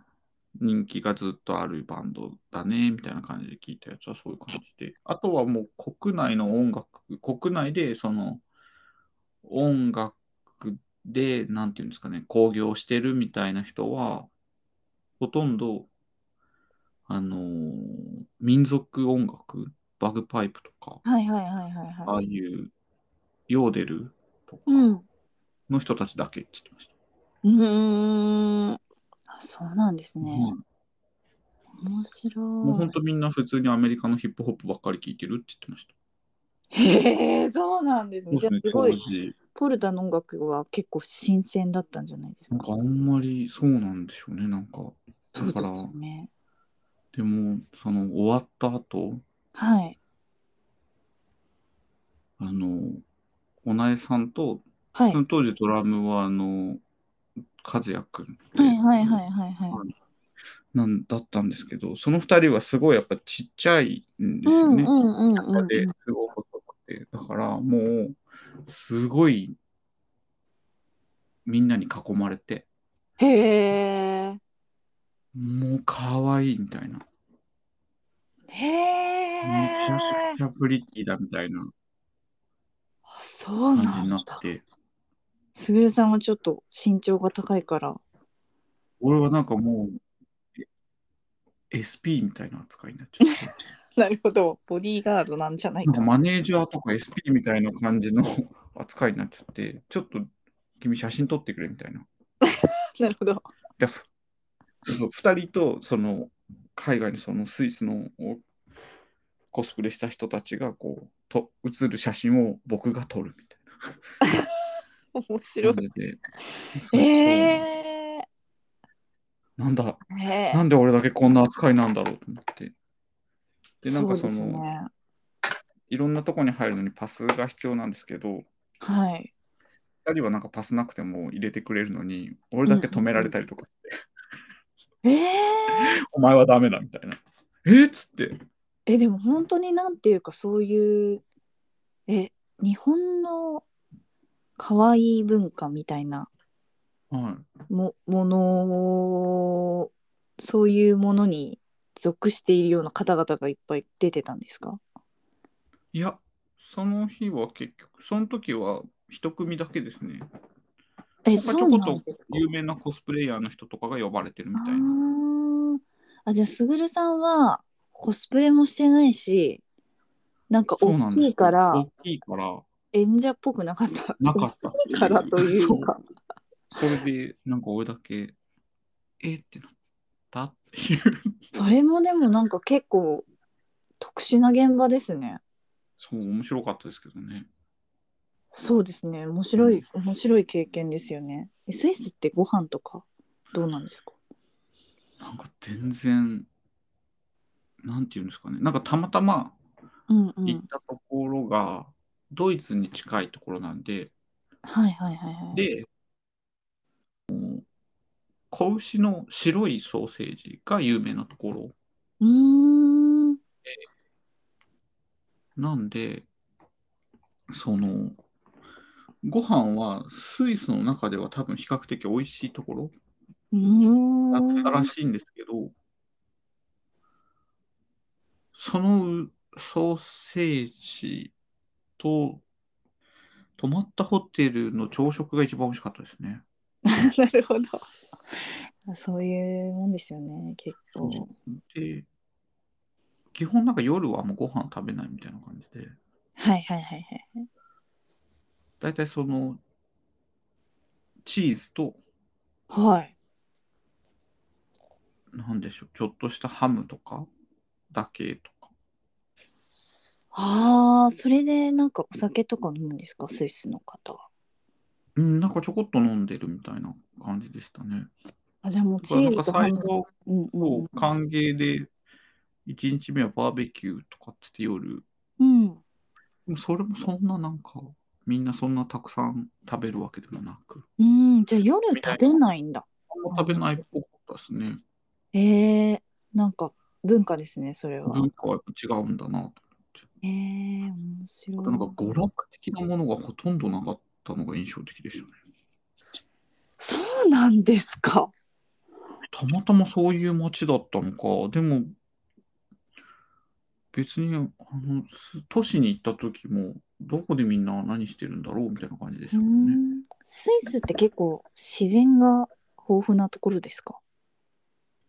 人気がずっとあるバンドだね、みたいな感じで聞いたやつはそういう感じで。あとはもう国内の音楽、国内でその音楽で、なんていうんですかね、興行してるみたいな人は、ほとんど、あのー民族音楽、バグパイプとか、
はいはいはいはい
あ
はい。
あいうヨーデルとか
うん。
の人たちだけって言ってました。
うーん。あそうなんですね。
うん
面白い。
もう本当みんな普通にアメリカのヒップホップばっかり聴いてるって言ってました。
へえ、そうなんですね。
も
じ
し
ゃあ
ね、
すご
当
い、
時、
ポルタの音楽は結構新鮮だったんじゃないです
なん
か。
かあんまりそうなんでしょうね、なんか。だ
そう
か
で
ら、
すよね。
でも、その終わった後、
はい。
あの、おなえさんと、
はい。
そ
は
の当時ドラムはあの、和也くんで
いはいはいはいはい。
なんだったんですけど、その二人はすごいやっぱちっちゃいんで
う
すよ
ん
ね。
うんうんうん。
で、すごい細くて、だからもう、すごい、みんなに囲まれて、
へえ。
もう可愛いみたいな。
へ
めちゃ
え
く。ちゃプリティだみたいな
あそう
感じ
な
に
ん
な
だ
っ。て、
すぐるさんはちょっと身長が高いから。
俺はなんかもう、え SP みたいな扱いになっちゃって、
なるほど。ボディーガードなんじゃない
なんかマネージャーとか SP みたいな感じの 扱いになっちゃって、ちょっと君写真撮ってくれみたいな。
なるほど。
でふそう2人とその海外のそのスイスのおコスプレした人たちがこうと写る写真を僕が撮るみたい
面白。
ない感じで。そうそう
え
なんだ
ー、え
なんで俺だけこんな扱いなんだろうと思って。で、なん
そ
か
う
そ
で
の、
すね。
いろんなとこに入るのにパスが必要なんですけど、
はい。
2人はなんかパスなくても入れてくれるのに、俺だけ止められたりとか、
えー、
お前はダメだみたいな。えっつって、
え、でも本当になんていうかそういう、え、日本の可愛い文化みたいな
は
ももの、そういうものに属しているような方々がいっぱい出てたんですか
い。いや、その日は結局、その時は一組だけですね。
え、
ち
そ
ょこちょ
う
こ
なんですか
有名なコスプレイヤーの人とかが呼ばれてるみ
あ
たいな。
ーあじゃあすぐるさんはコスプレもしてないしなんか
そうな
大
んですよ
きいから
大きいから、
演者っぽくなかった
なかったって
大き
い。
いうからとい
そう
うか
それで、なんか俺だけ、えーってなったっていう。
それもでもなんか結構特殊な現場ですね
そう、面白かったですけどね。
そうですね面白い面白い経験ですよねえスイスってご飯とかどうなんですか
なんか全然、なんていうんですかね。なんかたまたま
うんう
行っ
ん
たところが、ドイツに近いところなんで、
はいはいはいはい
で、もう子牛の白いソーセージが有名なところ
うーん
なんで、その、ご飯はスイスの中では多分比較的美味しいところ
う
だっ
ーん
たらしいんですけど、そのソーセージと、泊まったホテルの朝食が一番美味しかったですね。
なるほど そういうもんですよね、結構。
で、基本なんか夜はもうご飯食べないみたいな感じで、
はいはいはいはい。
だいたいその、チーズと、
はい。
なんでしょう、ちょっとしたハムとか、だけとか。
ああ、それでなんかお酒とか飲むんですか、スイスの方は。
うん、なんかちょこっと飲んでるみたいな感じでしたね。
あ、じゃあもう
だ
チ
からな
ー
ん
ズ
か
とハ
最
ム
初、
と。うんうん
そう歓迎で、1日目はバーベキューとかっつって夜、
うん。うん。
でもそれもそんななんか、みんなそんなたくさん食べるわけでもなく、
うん、じゃあ夜食べないんだ。
あんま食べないっぽかったですね。
えー、なんか文化ですね、それは。
文化はやっぱ違うんだなと。
えー、面白い。
なんか娯楽的なものがほとんどなかったのが印象的でしたね。
そうなんですか。
たまたまそういう街だったのか、でも、別にあのす都市に行った時も、どこでみんな何してるんだろうみたいな感じでした
う
もんね。
んスイスって結構自然が豊富なところですか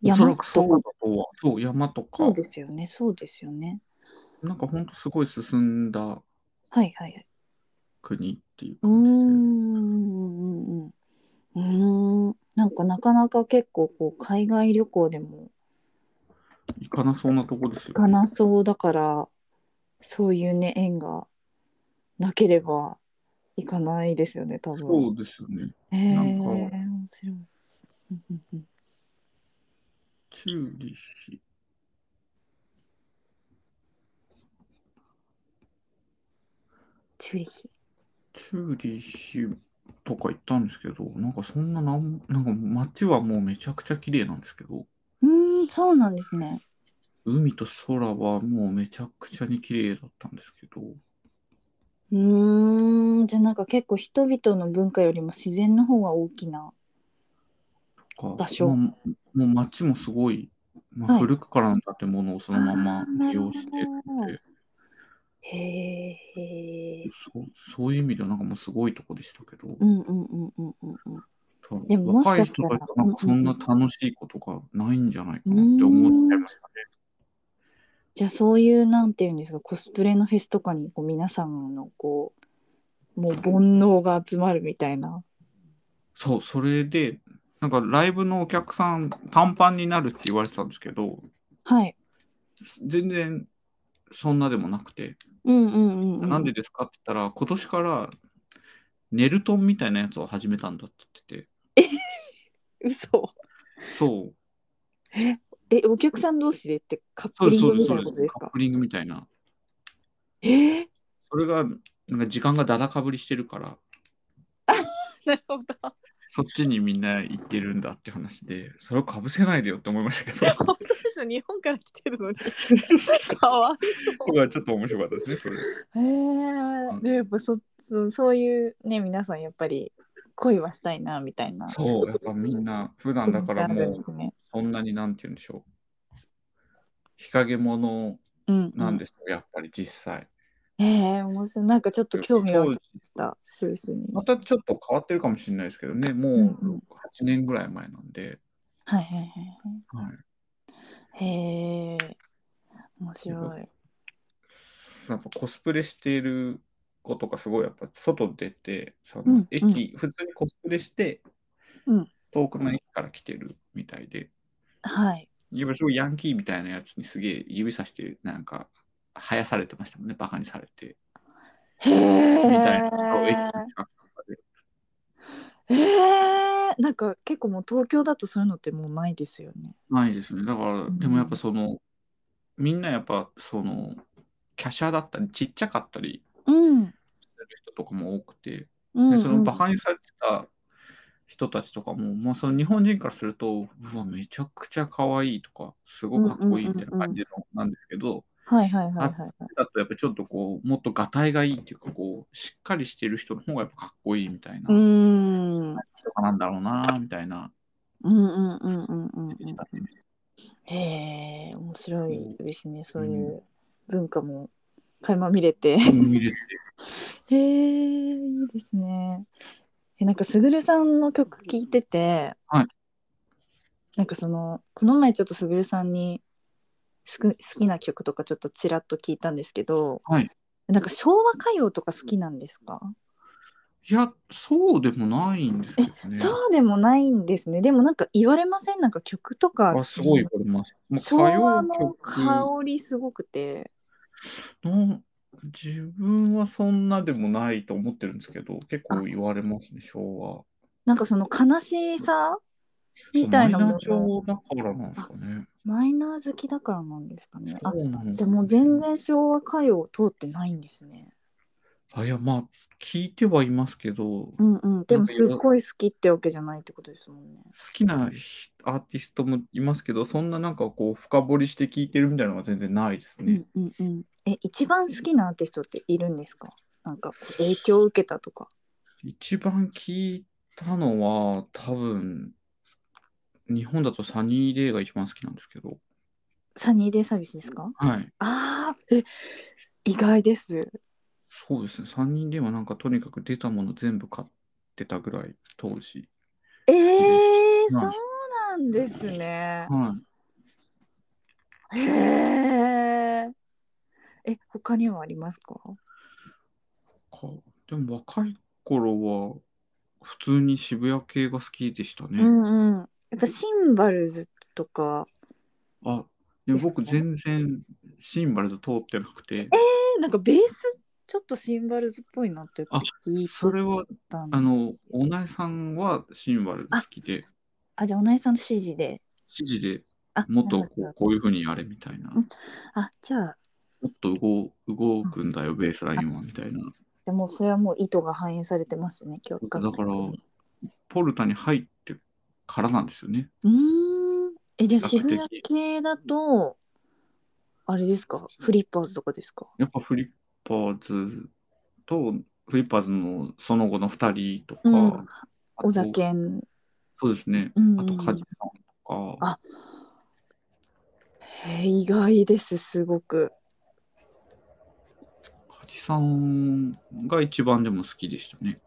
おそら
山と
くそうだ
か。
とは、そう、山とか
そう、ですよね、そうですよね。
なんかほんとすごい進んだ
はいはいはい。
国っていう
うーん
感じ
うん
で。
うんうん。うーん。なんかなかなか結構こう海外旅行でも
行かなそうなとこです
行
よ。
かなそうだからそういうね縁がなければ行かないですよね多分。
そうですよね。
へえ
なんか
面白い。うんうんうん
チューリッヒ。
チューリヒ。
チューリッヒとか行ったんですけど、なんかそんななんも、なんか街はもうめちゃくちゃ綺麗なんですけど、
うーんそうなんですね。
海と空はもうめちゃくちゃに綺麗だったんですけど、
うーんじゃあなんか結構人々の文化よりも自然の方が大きな。
とか
場所
まあもう街もすごい、まあ
はい
古くからの建物をそのま
あ
ま
ーな
利
るほど
用してて、
へえ。
そうそういう意味ではなんかもうすごいとこでしたけど、
うんうんうんうんうんうん。
多分
でももしか
若い
した
人
ら
たちはなんかそんな
うん
楽しいことがないんじゃないかなって思っちゃいましたね。
じゃあそういうなんていうんですかコスプレのフェスとかにこう皆さんのこうもう煩悩が集まるみたいな。
そう、それで、なんかライブのお客さん、パンパンになるって言われてたんですけど、
はい。
全然そんなでもなくて、
うんうんうん、うん。
なんでですかって言ったら、今年からネルトンみたいなやつを始めたんだって言って
嘘。
て、そう、
えお客さん同士でってカッ
そ
プ
うで
リ
す、
ン
そ
グ
うで
みたいうなこと
す、そで。
ですす
カッ
か。
プリングみたいな。
えー、
それが、なんか時間がだだかぶりしてるから、
なるほど。
そっちにみんな行ってるんだって話で、それをかぶせないでよって思いましたけ ど、
本当ですよ日本から来てる のに。かわい
これはちょっと面白かったですね、それ。
い。へえー。でやっぱそそそういうね皆さんやっぱり恋はしたいなみたいな。
そう、やっぱみんな、普段だから
気持
も
ちあるん
う
で、すね。
そんなになんて言うんでしょう。日陰者
うん、う
なん
ん。
ですよ、やっぱり実際。
ええー、面白い。なんかちょっと興味が湧きました。スイスに。
またちょっと変わってるかもしれないですけどね、も
うん
う
うん
8年ぐらい前なんで、
はいはいはい
はい、
はい。へえ、面白い。
やっぱコスプレしている子とかすごいやっぱ外出て、そ
うんう
の
ん
駅、普通にコスプレして、
うん
遠くの駅から来てるみたいで、
はい。
やっぱすごいヤンキーみたいなやつにすげえ指さして、なんか、生やされてましたもんね、バカにされて、
へえ。
みたいな人を駅の近くとかで。
ええ、なんか結構もう東京だとそういうのってもうないですよね。
ないですね。だから、
ん
でもやっぱその、みんなやっぱその、華奢だったり、ちっちゃかったり
うん。
する人とかも多くて、
うん、
でそのバカにされてた人たちとかも、まあ、その日本人からすると、うわ、めちゃくちゃ可愛いとか、すごくかっこいいみたいな感じのなんですけど、
はいはいはいはいはい。
だとやっぱちょっとこう、もっとがたいがいいっていうか、こう、しっかりしてる人の方がやっぱかっこいいみたいな、
うーん。うん
とかなんだろうな、みたいな、
うんうんうんうんうん。
でしたね。
へえ、面白いですね。そういう文化も垣間見れ て。
見れて
へえ、いいですね。え、なんかすぐるさんの曲聴いてて、
はい
なんかそのこの前ちょっとすぐるさんにすく好きな曲とかちょっとちらっと聞いたんですけど、
はい
なんか昭和歌謡とか好きなんですか、
いや、そうでもないんですけどね。
そうでもないんですねでもなんか言われませんなんか曲とか
あすごいこれます。もう
昭和の
歌謡
香りすごくて
曲の自分はそんなでもないと思ってるんですけど、結構言われますね、昭和。
なんかその悲しさみたいな
マイ
も
ナー
の
調だからなんですかね。
マイナー好きだからなんですかねあ
そうなんです
じゃ
か
あ
ね
もう全。然昭和歌謡通ってないんですね
あいや、まあ、聞いてはいますけど、
うんうんでもすっごい好きってわけじゃないってことですもんね
好きなひアーティストもいますけど、そんななんかこう、深掘りして聞いてるみたいなのは全然ないです
うん
ね。
うんうんえ一番好きなアーティストっているんですかなんか影響を受けたとか
一番聞いたのは、多分、日本だとサニーデイが一番好きなんですけど、
サニーデイサービスですか
はい。
あーえ意外です
そうですね、サニーデイはなんかとにかく出たもの全部買ってたぐらい、当時。
えー、
まあ
そうなんですね
はい。
へええ他にはありますか
かでも若い頃は、普通に渋谷系が好きでしたね。
うんうんやっぱシンバルズとか
あ、で
で
も
す
僕
ね
全然シンバルズ通ってなくて、
えなんかベースちょっとシンバルズっぽいなって
あ
聞い
それは、
たんで
あの、おなえさんはシンバルズ好きで、
あじゃあおなえさんの指示で
指示で
あ
もっと
なる
こ
ほど
うこういうふうにやれみたいな、
う
も
んあじゃあ
っと動動くんだよ、ベースラインはみたいな。
でもそれはもう意図が反映されてますね、今日。
だから、ポルタに入ってからなんですよね。
うーん。え、じゃあ
比較的
渋谷系だと、あれですか、フリッパーズとかですか。
やっぱフリッパーズと、フリッパーズのその後の2人とか、
うん。
あと
お酒ん。
そうですね。
うん
あと、カジさんとか、
あへえ意外です、すごく。
カジさんが一番でも好きでしたね。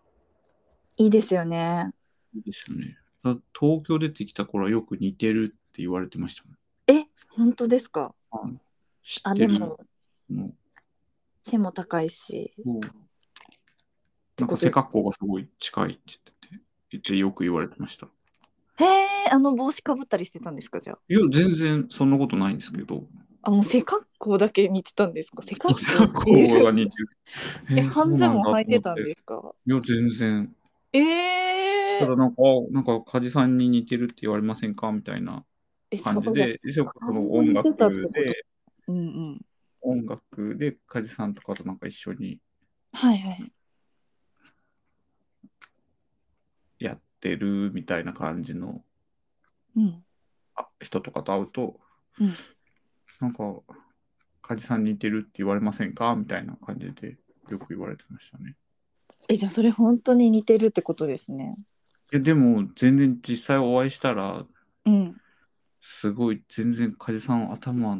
いいですよね。
いいですよね。だ東京出てきた頃はよく似てるって言われてましたもん。
本当ですか。
知
あ、
って
で
る
も、
の。
背も高いし。
もう
て
なん
こと
か背格好がすごい近いって言ってて言ってよく言われてました。
へえ、あの帽子かぶったりしてたんですか、じゃあ。
いや、全然そんなことないんですけど、
あ、もう背格好だけ似てたんですか。背格
背格
好ってい
好
う。
が似てる。
え、
ー
半ズボン履いてたん
そうなんだと思って
ですか。
いや、全然。
ええ
ただなんか、あなんか、梶さんに似てるって言われませんかみたいな
え、
感じ
そうじゃ
で、でその
梶
音
さんに似てたって
楽
こと
で、
うんうん。
音楽で梶さんとかとなんか一緒に
はいはい。
やってるみたいな感じの
うん。
あ人とかと会うと、
うん
なんか、梶さん似てるって言われませんかみたいな感じでよく言われてましたね。
え、じゃあそれ本当に似てるってことですね。
いや、でも、全然実際お会いしたら、
うん。
すごい、全然梶さん頭、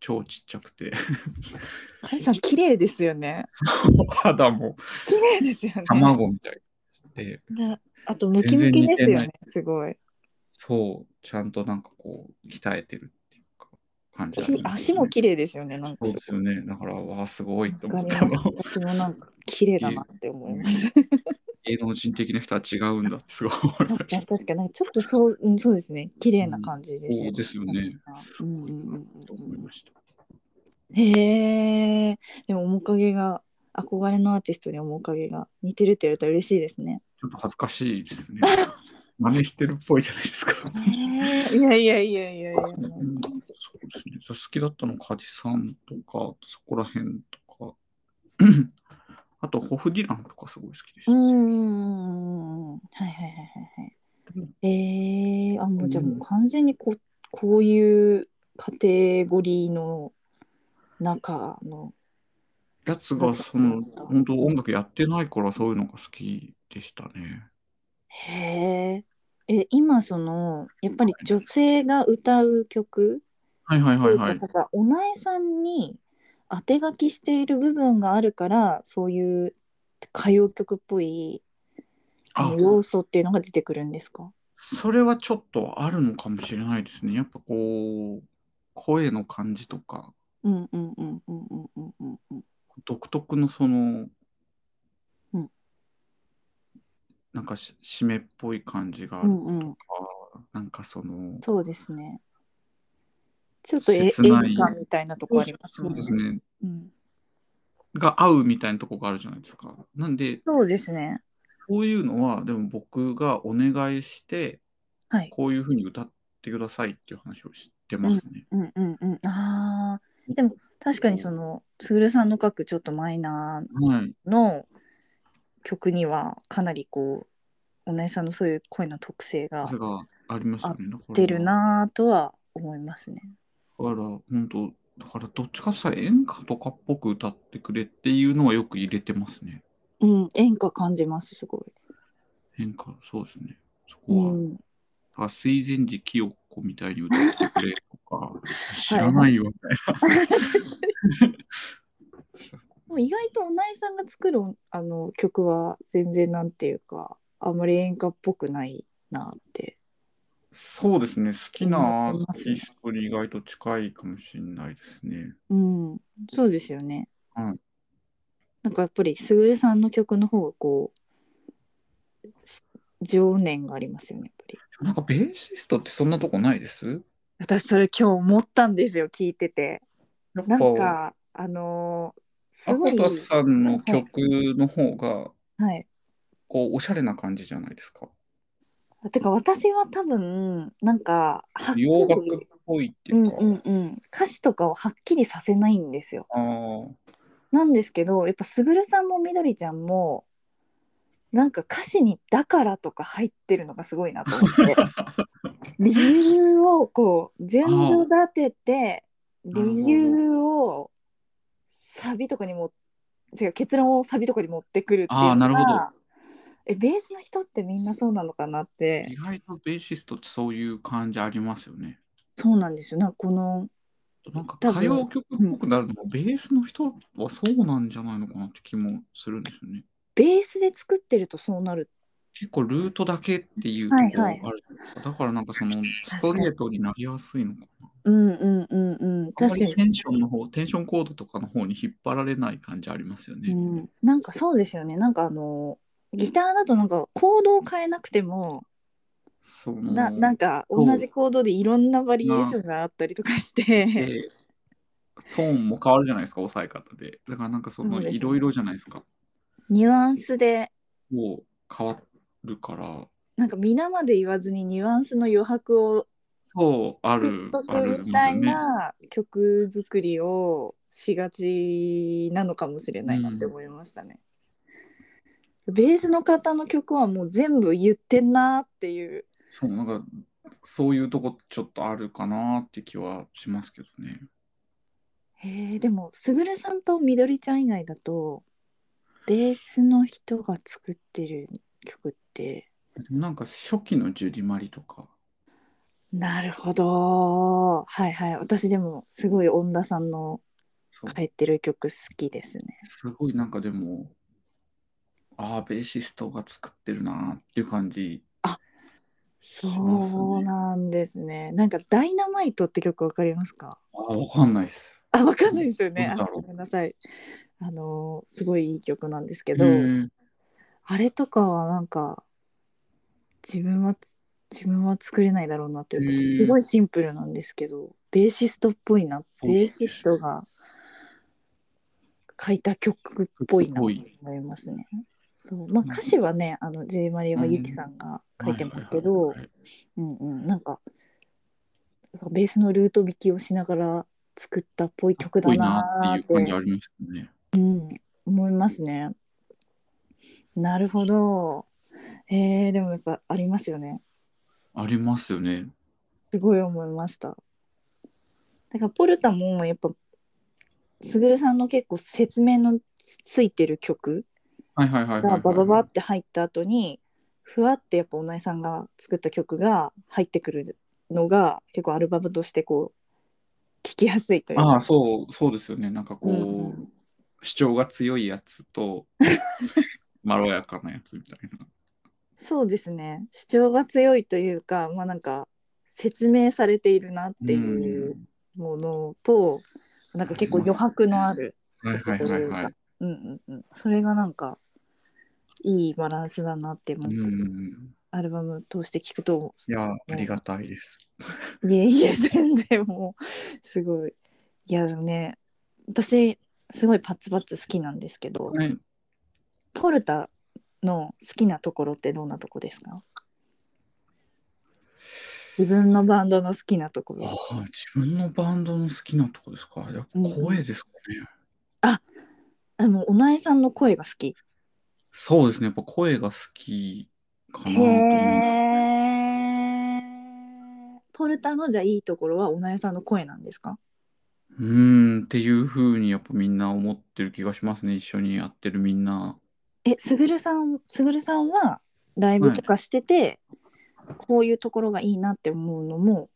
超ちっちゃくて、
カリさん綺麗ですよね。
肌も
綺麗ですよね。
卵みたいで、
なあとムキムキですよ
全然似てな
ね。すごい。
そう、ちゃんとなんかこう、鍛えてるっていうか、感じあ
き
ります
足
ね
も綺麗ですよね。なんか
そう
す
ですよね。だから、わあ、すごいと
ご
思
い。
ったの。
私もなんか綺麗だなって思い ます。
芸能人的な人は違うんだってすごい思いま
確か
し
に
た。
確かになんかちょっとそう、うん、そうですね。綺麗な感じですよ
そう
ね。
ですよね。
うんうんうん
と思いました。
うん。へえ。でも面影が憧れのアーティストに面影が似てるって言われたら嬉しいですね。
ちょっと恥ずかしいです ね。真似してるっぽいじゃないですか。
へ えいやいやいやいやいや。
うんそうですね。好きだったのカジさんとか、そこら辺とか。あと、ホフディランとかすごい好きでし
う
た。
ーん。はいはいはいはいはい。ええー、あ、もうじゃあもう完全にここういうカテゴリーの中の。
やつが、その、本当音楽やってないからそういうのが好きでしたね。
へえ。え、今その、やっぱり女性が歌う曲
はいはい
と
はいいう
か、
はい。
だからおなえさんに当て書きしている部分があるから、そういう歌謡曲っぽいあ
あ
の、要素っていうのが出てくるんですか
それはちょっとあるのかもしれないですね。やっぱこう、声の感じとか、
うんうんうんうんうんうんうんうん
独特のその、
うん
なんかし湿っぽい感じがあ
う
る、
んうん
なんかその、
そうですねちょっとえ演
切ない
歌みたいなとこあります
そうですね。
うん、
が合うみたいなとこがあるじゃないですか。なんで、
そうですね
そういうのは、でも僕がお願いして、
はい
こういうふうに歌ってくださいっていう話をしてますね。
うんうんうんあーでも確かにその卓さんの書くちょっとマイナ
はい。
ーの曲にはかなりこうお姉さんのそういう声の特性が
それがありますよね。
出るなとは思いますね。
だから、本当だからどっちかさ、演歌とかっぽく歌ってくれっていうのはよく入れてますね。
うん演歌感じますすごい。
演歌、そうですね。そうこは、
ん、
あ水前寺清子みたいに歌ってくれとか、知らないよみたいな。
でも意外とおなえさんが作るあの曲は全然なんていうかあんまり演歌っぽくないなって。
そうですね。好きなアー
う
テ
ん
ィストに意外と近いかもしれないですね。
うんそうですよね。
はい
なんかやっぱりすぐるさんの曲の方がこうし情念がありますよねやっぱり。
なんかベーシストってそんなとこないです
私それ今日思ったんですよ聞いてて。
やっ
なん
ぱ、
かあのーす
ア
ご
コ
い。
タさんの曲の方が、
はい
こう、おしゃれな感じじゃないですか。
てか私は多分なんかはっきり
洋楽っぽいって
う
い
ん
うか。
うんうん歌詞とかをはっきりさせないんですよ。
ああ。
なんですけどやっぱすぐるさんもみどりちゃんもなんか歌詞に「だから」とか入ってるのがすごいなと思って 理由をこう順序立てて
なるほど
理由をサビとかにも違う結論をサビとかに持ってくるってい
あー
う
な
の
るほど
がえベースの人ってみんなそうなのかなって
意外とベーシストってそういう感じありますよね。
そうなんですよなんかこの
なんか
多
歌
分
謡曲っぽくなるのも、ベースの人はそうなんじゃないのかなって気もするんですよね。
ベースで作ってるとそうなる
結構ルートだけっていうと
はい
ころあ
は
る
い
じゃないですかだからなんかそのストレートになりやすいのかな。
うんうんうんうん
あんま
確か
り
に
テ、ンションの方、テンションコードとかの方に引っ張られない感じありますよね。
うん、なんかそうですよねなんかあのギターだとなんかコードを変えなくても、
その
ななんか同じコードでいろんなバリエーションがあったりとかして、
でトーンも変わるじゃないですか、抑え方で。だからなんかそ
そう
の
ですね
いろいろじゃないですか。
ニュアンスで
もう変わるから。
なんか皆まで言わずにニュアンスの余白を
そう、あ
取
る
っと、
あ
く
るんで
み
す
た
よ
い
ね。
な曲作りをしがちなのかもしれないなって思いましたね。ベースの方の曲はもう全部言ってんなっていう
そう、なんか、そういうとこちょっとあるかなって気はしますけどね。
へえでもすぐるさんとみどりちゃん以外だとベースの人が作ってる曲って
でもなんか初期のジュディマリとか、
なるほどはいはい私でもすごい恩田さんの
そう
書いてる曲好きですね
すごいなんかでも、ああ、ベーシストが作ってるなっていう感じ。
そ
します
う
ね
なんですねなんか「ダイナマイト」って曲わかりますか
ああ、わかんないです。
あわかんないですよね
どう
あ
だろう
ごめんなさいあのすごいいい曲なんですけ
へ
ど、
ー
あれとかはなんか自分は自分は作れないだろうなという
へ
かす
ー
ごいシンプルなんですけどベーシストっぽいな
そう
ベーシストが書いた曲っぽいなと
ぽい
思いますね。そうまあ、歌詞はねあの J マリはゆきさんが書いてますけ
はいは
ど
いはいはい
うんうんなんかベースのルート弾きをしながら作ったっぽい曲
かっこ
だ
いいな
なー
っ
って
い
て
う感じありますよね。
うん、思いますね。なるほど。えー、でもやっぱありますよね。
ありますよね。
すごい思いました。だからポルタもやっぱすぐるさんの結構説明のつついてる曲
はいはいはいはい、は
が
い。
バババって入った後にふわってやっぱおなえさんが作った曲が入ってくるのが結構アルバムとしてこう聴きやすいというか。
ああ、そう、そうですよね。なんかこう、
うんうん
主張が強いやつと、まろやかなやつみたいな。
そうですね主張が強いというかまあなんか説明されているなっていうものと、なんか結構余白のある
うん。はいはいはいはい。
うんうんうん、それがなんかいいバランスだなって思
う
って、
ん。
アルバム通して聞くと
いや、ありがたいです。
いえいえ全然もうすごいいやでもね私すごいパッツパッツ好きなんですけど、
はい。
ポルタの好きなところってどんなとこですか自分のバンドの好きなとこ
あ
ろ
あ、自分のバンドの好きなとこですか。やっぱ声ですかね。
あのおなえさんの声が好き
そうですね。やっぱ声が好きかなと思う。
へえポルタのじゃあいいところはおなえさんの声なんですか
うーん、っていうふうにやっぱみんな思ってる気がしますね。一緒にやってるみんな。
えすぐるさんすぐるさんはライブとかしてて、こういうところがいいなって思うのも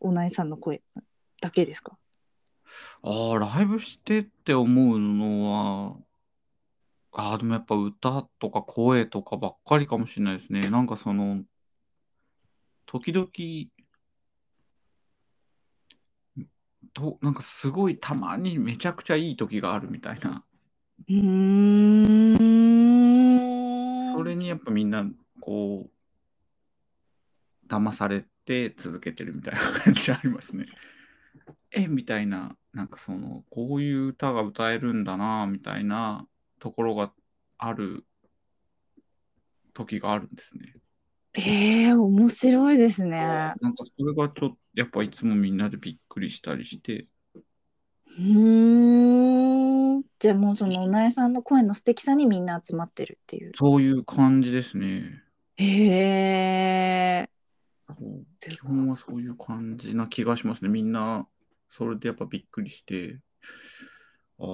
おなえさんの声だけですか
ああ、ライブしてって思うのは、ああ、でもやっぱ歌とか声とかばっかりかもしれないですね。なんかその、時々、となんかすごいたまにめちゃくちゃいい時があるみたいな。
うーん
それにやっぱみんな、こう、騙されて続けてるみたいな感じありますね。 えみたいな、なんかその、こういう歌が歌えるんだな、みたいなところがある時があるんですね。
ええ面白いですね。
なんかそれがちょっと、やっぱいつもみんなでびっくりしたりして、
うーん。じゃあもうそのおなえさんの声の素敵さにみんな集まってるっていう。
そういう感じですね。
へえ。
こう基本はそういう感じな気がしますね。みんな、それでやっぱびっくりして、ああ、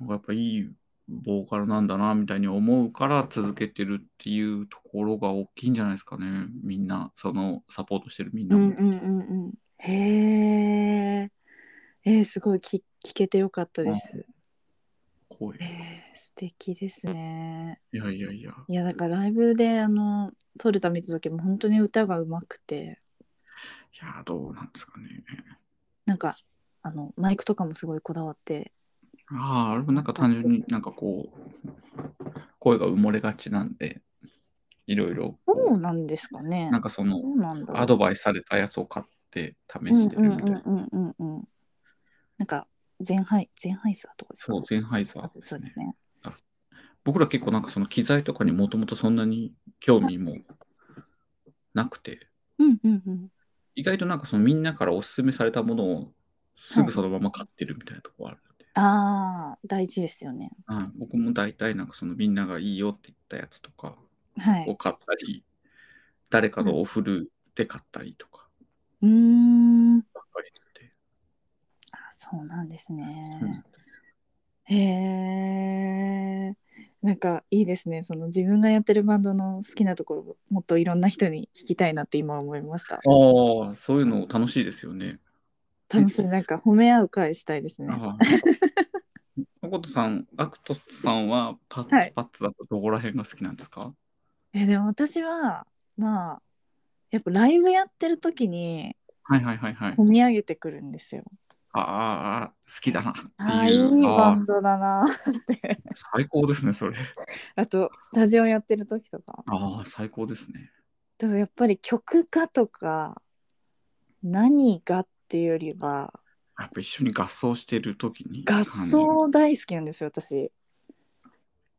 なんかやっぱいいボーカルなんだな、みたいに思うから続けてるっていうところが大きいんじゃないですかね。みんな、そのサポートしてるみん
う
なんも。
うんうんうん。へえ。えー、すごい聞聞けてよかったです。
声
えー、素敵ですね。
いやいやいや。
いやだからライブであの撮るためた時も本当に歌が上手くて
いや、どうなんですかね。
なんかあのマイクとかもすごいこだわって
ああ、あれもなんか単純になんかこう、声が埋もれがちなんで、いろいろこ
そうなんですかね
う、なんかその
そ、うなんだ
アドバイスされたやつを買って試
うん
してるみたいな。
うんうんうんうんうん。なんかゼンハイゼンハイザーとかですか
そう、ゼンハイザー
あ
で
そ
す
うで
ね
す。ね。
僕ら結構なんかその機材とかにもともとそんなに興味もなくて、
うんうんうん。
意外となんかそのみんなからおすすめされたものをすぐそのまま買ってるみたいなところあるので、
ああ大事ですよね。
はい僕も大体なんかそのみんながいいよって言ったやつとか
はい
を。買ったり、誰かのおフルで買ったりとか
うーん。
ばっかりしてて、
あそうなんです
うん
ね。へえ。なんかいいですね。その自分がやってるバンドの好きなところをもっといろんな人に聞きたいなって今思いました。
ああ、そういうの楽しいですよね。
楽しい。なんか褒め合う会したいですね。
ああ。誠さん、アクトさんはパッ
は
ツ
い
パッツだとどこら辺が好きなんですか、
えでも私はまあやっぱライブやってる時に
はい、はいはいはいはい
込み上げてくるんですよ。
あああ、好きだなって
ああい
い。
いうバ
あ
ンドだなって
あ、最高ですね、それ。
あとスタジオやってる時とか
ああ、最高ですね。
でもやっぱり曲がとか何がっていうよりは
やっぱ一緒に合奏してる時に
合
感じる。
奏大好きなんですよ私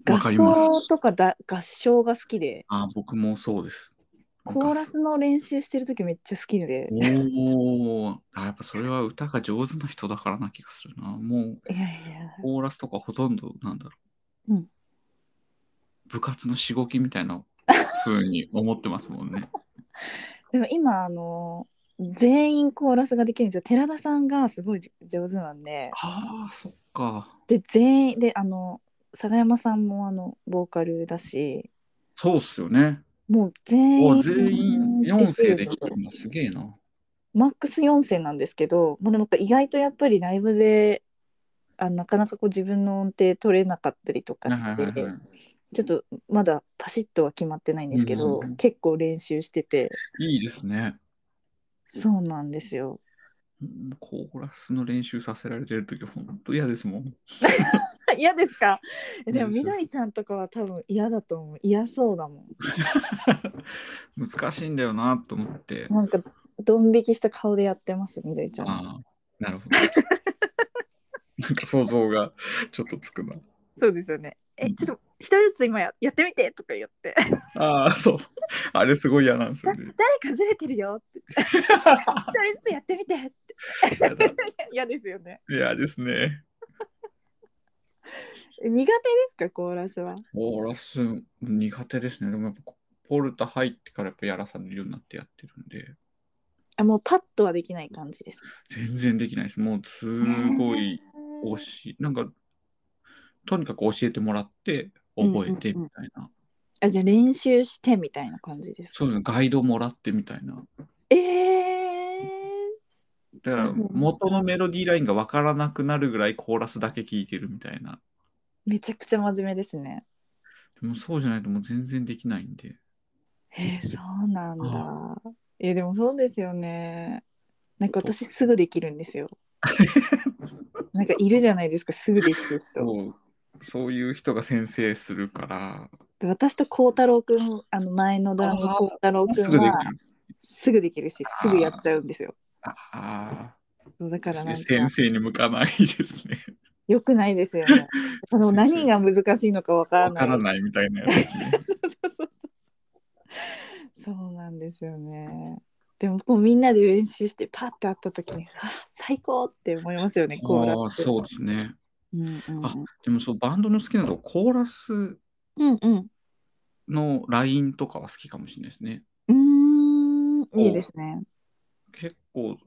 合
わかります
奏とかだ合唱が好きで
ああ、僕もそうです。
コーラスの練習してる時めっちゃ好きで
おお、あやっぱそれは歌が上手な人だからな気がするな。もう、
いやいや
コーラスとかほとんど、なんだろう。
うん
部活のしごきみたいな風に思ってますもんね。
でも今あの全員コーラスができるんですよ寺田さんがすごい上手なんで
ああ、そっか。
で全員であの佐賀山さんもあのボーカルだし
そうっすよね。
もう全
お
員
全員4世で
き
来て
る
るのすげえな。
マックス4世なんですけどもうでもやっぱ意外とやっぱりライブであなかなかこう自分の音程取れなかったりとかして、
はいはいはい
ちょっとまだパシッとは決まってないんですけど、
うん
結構練習してて
いいですね。
そうなんですよ
うんコーラスの練習させられてるとき、本当嫌ですもん。
嫌ですかえでも
うん
みどりちゃんとかは多分嫌だと思う嫌そうだも
難しいんだよなと思って
ん。なんかドン引きした顔でやってますみどりちゃん
ああ、なるほど。なんか想像がちょっとつくな。
そうですよねえちょっと一人ずつ今ややってみてとか言 って「
ああ、そう。あれすごい嫌なんですよね。
誰かずれてるよ」って「一人ずつやってみて」って
嫌だ
嫌ですよね
嫌ですね。
苦手ですかコーラスは
コーラス苦手ですね。でもやっぱポルタ入ってからやっぱやらされるようになってやってるんで、
あもうパッとはできない感じですか
全然できないです。もうすごい教 え、なんか、とにかく教えてもらって、覚えてみたいな。
あじゃあ練習してみたいな感じですか
そうですね、ガイドもらってみたいな。
えー、
だから
うん
元のメロディーラインがわからなくなるぐらいコーラスだけ聴いてるみたいな。
めちゃくちゃ真面目です ね。
でもそうじゃないともう全然できないんで。
えー、そうなんだ。えーでもそうですよね。なんか私すぐできるんです よ。なんかいるじゃないですか、すぐできる人。
そうそういう人が先生するから、
で私と孝太郎くん、あの前の段の
あー
孝太郎く
す
ん
ぐできる
は。すぐできるし、すぐやっちゃうんですよ。
あ
そうだ
あ、
からなんか
先生に向かないです ね。
良くないですよ ね。でも何が難しいのかわから
わ
な
か
い。。
らないみたいなやつですね
そうそうそうそう。そうなんですよね。でもこうみんなで練習してパッて会った時に「うわ最高!」って思いますよねコーラ
ああ、
って。
そうですね。
うんうん
あでもそう、バンドの好きなとこ、コーラス
うんうん
のラインとかは好きかもしれないですね。
うんうーんいいですね。
結構、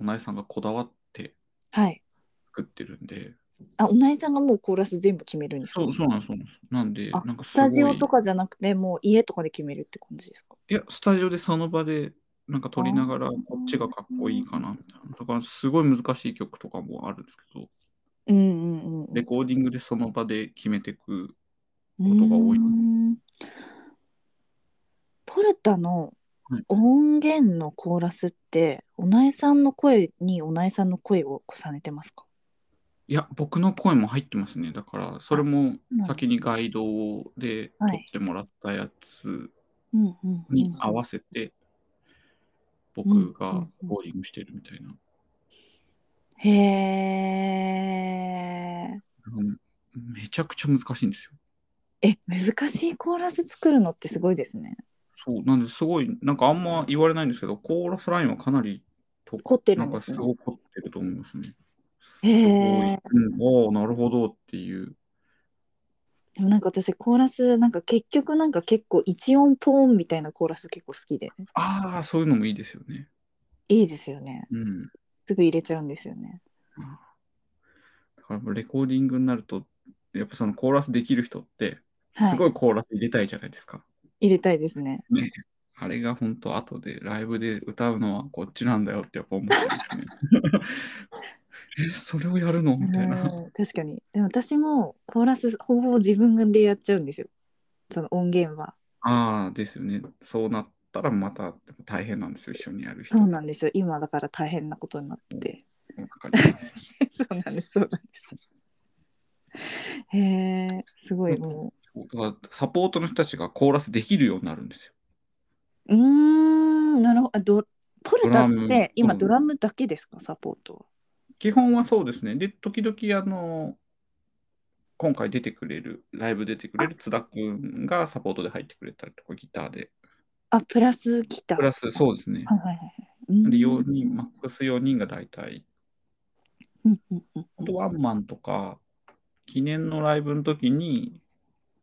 おなえさんがこだわって
はい。
作ってるんで。
あおなえさんがもうコーラス全部決めるんですか
そうそうなんです、そうなんです。なんで、
あ
なんか
ス
すごい
タジオとかじゃなくてもう家とかで決めるって感じですか
いや、スタジオでその場で、なんか撮りながら、
あ
こ
ー
っちがかっこいいかなみたいな。だから、すごい難しい曲とかもあるんですけど、
うんうんうん。
レコーディングでその場で決めていく。
こと
が多い
ポルタの
はい
音源のコーラスって、おなえさんの声におなえさんの声を重ねてますか
いや、僕の声も入ってますね。だから、それも
なんだ
先にガイドで撮ってもらったやつ
うんうんうん
に合わせて、僕が
うんうんうん
ボーディングしてるみたいな。
へえ。
うんめちゃくちゃ難しいんですよ。
え、難しいコーラス作るのってすごいですね。
そう、なんで、すごい、なんかあんま言われないんですけど、コーラスラインはかなりと
凝ってる
なんん
で
か
す
す
ね。
ごく凝ってると思いますね。
へ
す
え。
ごいうん、おお、なるほどっていう。
でもなんか私コーラスなんか結局なんか結構一音ポーンみたいなコーラス結構好きで
ああ、そういうのもいいですよね。
いいですよね。
うん。
すぐ入れちゃうんですよね。
だからもうレコーディングになると、やっぱそのコーラスできる人って、
はい。
すごいコーラス入れたいじゃないですか。
入れたいですね。
あれが本当、後でライブで歌うのはこっちなんだよってやっぱ思ってますね。え、 それをやるのみたいな。
うん確かにでも私もコーラスほぼほぼ自分でやっちゃうんですよその音源は
ああ、ですよね。そうなったらまた大変なんですよ、一緒にやる人。
そうなんですよ今だから大変なことになってて
わかります
そうなんですそうなんですへえすごいも
だからサポートの人たちがコーラスできるようになるんですよ。
ううーんなるほどあどポルタっ
ドラム
て今
うん
ドラムだけですかサポートは
基本はそうですね。で、時々、あの、今回出てくれる、ライブ出てくれる津田くんがサポートで入ってくれたりとか、ギターで。
あプラスギター
プラス、そうですね
は。いはいはいはい
で、
う
4
ん
人、マックス4人が大体。
うんうんうん
あと、ワンマンとか、記念のライブの時に、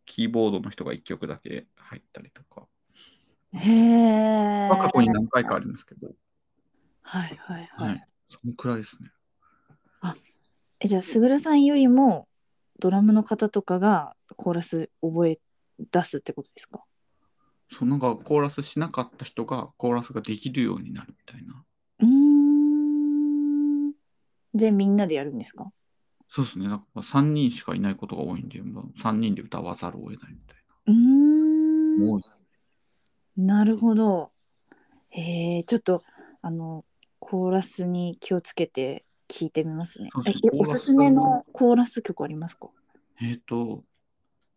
キーボードの人が1曲だけ入ったりとか。
へえ
まあ過去に何回かありますけど、
はいはいはい、
はい。そのくらいですね。
えじゃあすぐるさんよりもドラムの方とかがコーラス覚え出すってことですか
そうなんかコーラスしなかった人がコーラスができるようになるみたいな。
うーんじゃあみんなでやるんですか
そうですね。なんか3人しかいないことが多いんで、まあ、3人で歌わざるを得ないみたいう
ー
な。
ん
もう
なるほどへえちょっとあのコーラスに気をつけて聞いてみますね
そう
え
ですね
おすすめのコーラス曲ありますか
えっ、と、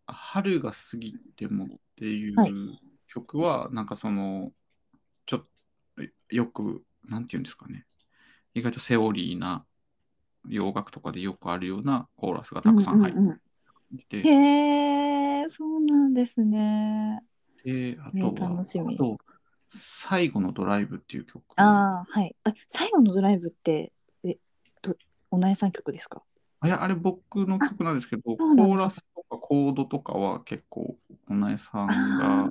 春が過ぎてもってい
はいう
曲は、なんかその、ちょっとよく、なんていうんですかね、意外とセオリーな洋楽とかでよくあるようなコーラスがたくさん入
うんうん
っ
う
てて、
んへえそうなんですね
であ
ね
とは、
楽しみ
あと、最後のドライブっていう曲。
ああはいあ最後のドライブってえとおなえさん曲ですか
いや、あれ僕の曲なんですけど、コ
そうなんです
ーラスとかコードとかは結構、おなえさん
あ
が
あ、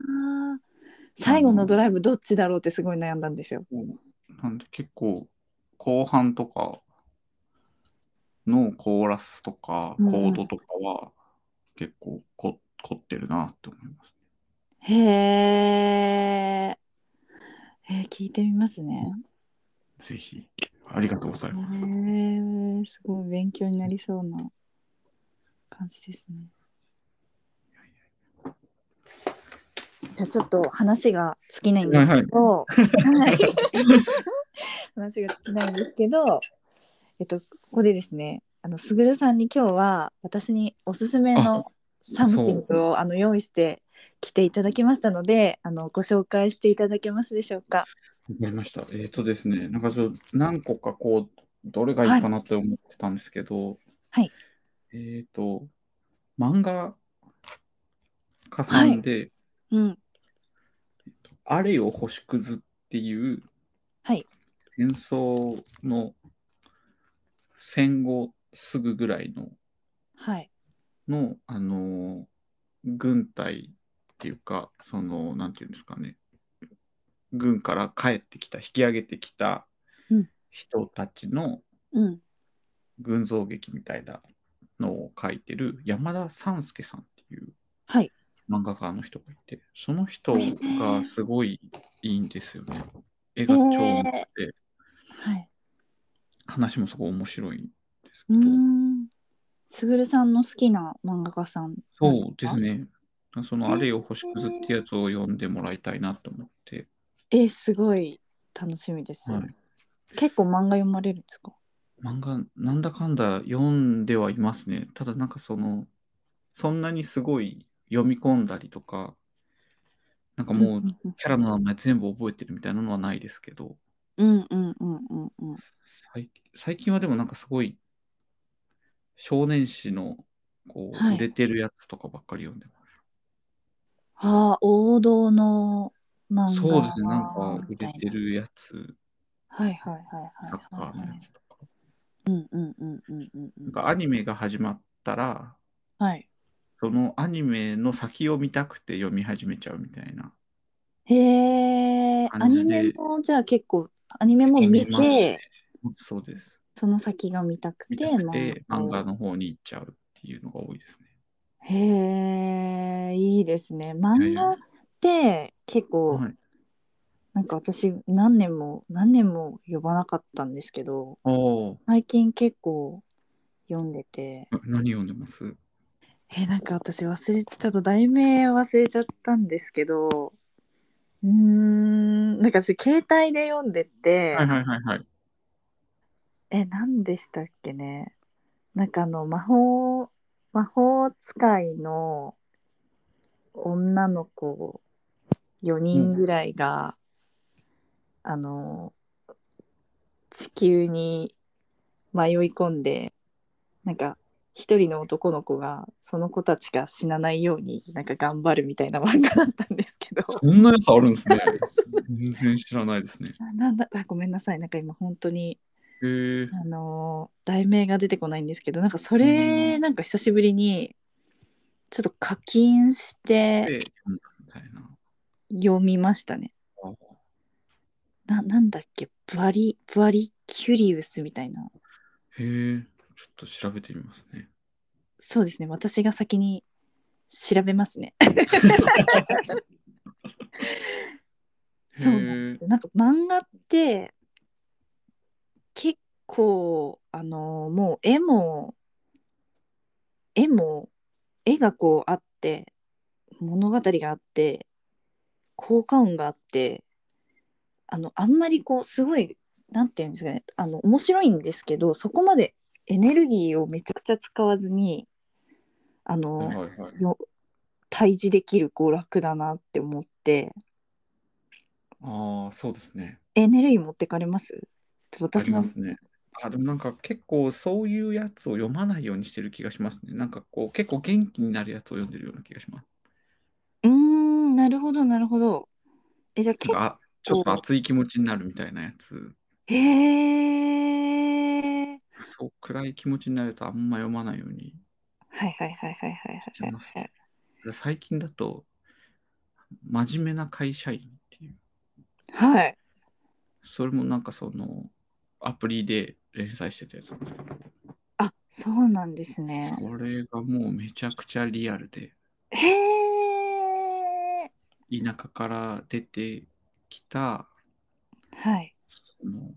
最後のドライブどっちだろうってすごい悩んだんですよ
なんで結構、後半とかのコーラスとか
うんうん
コードとかは結構こ凝ってるなって思います。
へええー聞いてみますね
ぜひ、ありがとうござい
へ
ます。
えすごい勉強になりそうな感じですねじゃあちょっと話が尽きないんですけど、はい 話が尽きないんですけど、えっと、ここでですねあのすぐるさんに今日は私におすすめのサムシングをあの用意して来ていただきましたのであのご紹介していただけますでしょうか。
わかりました。えっ、とですね、なんかちょっと何個かこう、どれがいいかなって思ってたんですけど、
はい
えっ、と、漫画家さんで、
うん、
あれよ星屑っていう
はい
戦争の戦後すぐぐらいの
はい
の、あのー軍隊っていうかそのなんていうんですかね軍から帰ってきた引き上げてきた
うん
人たちの
うん
群像劇みたいなのを書いてる山田三助さんっていう
はい
漫画家の人がいてその人
へー
がすごいいいんですよね。絵が超面白くて
はい。
話もすごい面白いんですけ
うー
ど、
ん。すぐるさんの好きな漫画家さん。
そうです。ね。その
え
あれよ星屑ってやつを読んでもらいたいなと思って、
え、すごい楽しみです。
はい、
結構漫画読まれるんですか。
漫画なんだかんだ読んではいますね。ただなんかそのそんなにすごい読み込んだりとか、なんかもう
うんうん
キャラの名前全部覚えてるみたいなのはないですけど、
うんうんうんうんうん。
最最近はでもなんかすごい少年誌のこ
は
う
い
売れてるやつとかばっかり読んでます。
ああ、王道の漫画。
そうですね、なんか売
みた
れ
い
てるやつ、
な。はいはいはい
サッカ
はい
ー
はい
の
は
や
い。
つとか。
うんうんうんうんうんう
なん
ん。
かアニメが始まったら、
はい。
そのアニメの先を見たくて読み始めちゃうみたいな。
へえ、ア
感
ニ
じで
メもじゃあ結構アニメも見
見ます
て
ね、そうです。
その先が見たく
見
て
たくて
漫画
漫
を
画の方に行っちゃうっていうのが多いですね。
へえ、いいですね。
や
漫
いや
画って結構、
はい。
なんか私何年も何年も呼ばなかったんですけど、
おー
最近結構読んでて、
な何読んでます
え、なんか私忘れ、ちょっと題名忘れちゃったんですけど、うーん、なんか私携帯で読んでて、
はいはいはいはい。
え、何でしたっけね。なんかあの、魔法、魔法使いの女の子4人ぐらいが、あの、地球に迷い込んで、なんか、一人の男の子がその子たちが死なないようになんか頑張るみたいな漫画だったんですけど
そんなやつあるんですね。全然知らないですね。
あなんだあごめんなさいなんか今本当に
へー
あのー題名が出てこないんですけどなんかそれ、
うん
なんか久しぶりにちょっと課金して
で、読んだみたいな。
読みましたね。
あー
ななんだっけブアリブアリキュリウスみたいな
へーちょっと調べてみますね。
そうですね私が先に調べますね。
へ
そうなんですよなんか漫画って結構あのーもう絵も絵も絵がこうあって物語があって効果音があってあのあんまりこうすごいなんていうんですかねあの面白いんですけどそこまでエネルギーをめちゃくちゃ使わずにあの、
はいはい。
よ対峙できる娯楽だなって思って
ああ、そうですね。
エネルギー持ってかれますちょっと
あり
私の
ますね。あ、でもなんか結構そういうやつを読まないようにしてる気がしますね。なんかこう結構元気になるやつを読んでるような気がします。
うーんなるほどなるほどえじゃあ結
なんかあちょっと熱い気持ちになるみたいなやつ。
へえ
そう、暗い気持ちになるやつあんま読まないように。
はいはいはいはいはい
知って
はい
ます
はい
最近だと、真面目な会社員っていう。
はい
それもなんかその、アプリで連載してたやつなんですけど、
あそうなんですね
それがもうめちゃくちゃリアルで、
へえ
田舎から出てきた
はい
その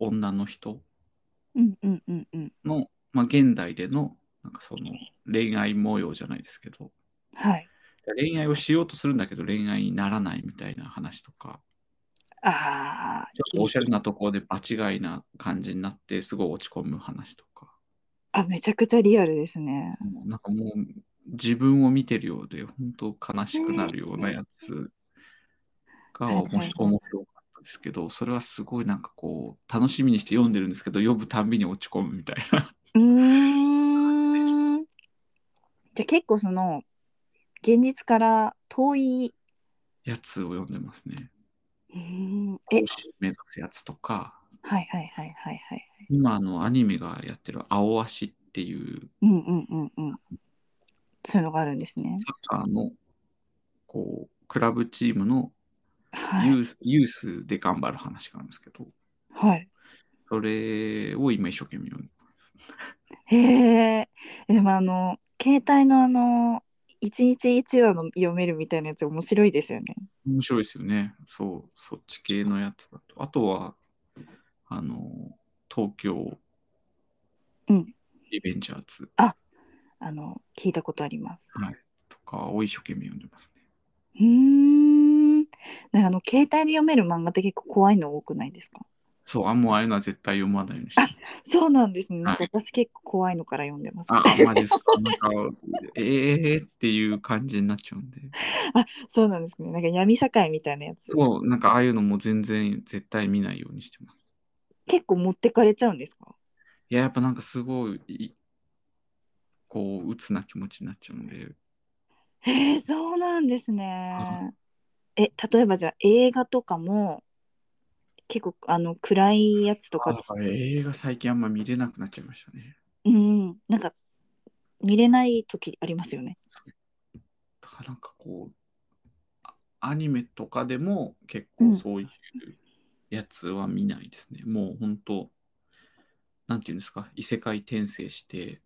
女の人
うんうんうんうん
の、まあ、現代でのなんかその恋愛模様じゃないですけど
はい
恋愛をしようとするんだけど恋愛にならないみたいな話とか
あ
ちょっとおしゃれなところで場違いな感じになってすごい落ち込む話とか
ああめちゃくちゃリアルですね
もうなんかもう自分を見てるようで本当悲しくなるようなやつが
はいはい
面白面白かったですけどそれはすごいなんかこう楽しみにして読んでるんですけど読むたんびに落ち込むみたいな。
うーんじゃあ結構その現実から遠い
やつを読んでますね。
うーんえ
講師目指すやつとか、
はいはいはいはいはい
今あのアニメがやってる青足っていう
うんうんうんうんそういうのがあるんですね
サッカーのこうクラブチームの
はい
ユース,、ユースで頑張る話があるんですけど、
はい
それを今一生懸命読んでます。
へえでもあの携帯のあの一日一話の読めるみたいなやつ面白いですよね
面白いですよね。そう、そっち系のやつだと。あとは、あの、東京
うん
リベンジャーズ
あの聞いたことあります
とかを一生懸命読んでますね。
うーんなんかあの携帯で読める漫画って結構怖いの多くないですか
そう、あもうああいうのは絶対読まないようにしてます
そうなんですね。なんか
は
私結構怖いのから読んでます。
あ、マジですか。なんか、ええー、っていう感じになっちゃうんで。
そうなんですね。なんか闇社会みたいなやつ。
そう、なんかああいうのも全然絶対見ないようにしてます。
結構持ってかれちゃうんですか。
いや、やっぱなんかすごい、いこう、鬱な気持ちになっちゃうんで、
へえ、そうなんです
は
ね。え、例えばじゃあ映画とかも結構あの暗いやつと
あ
か、
映画最近あんま見れなくなっちゃいましたね。
うん、なんか見れない時ありますよね。
だからなんかこう、あアニメとかでも結構そういうやつは見ないですね。もう本当なんていうんですか、異世界転生して、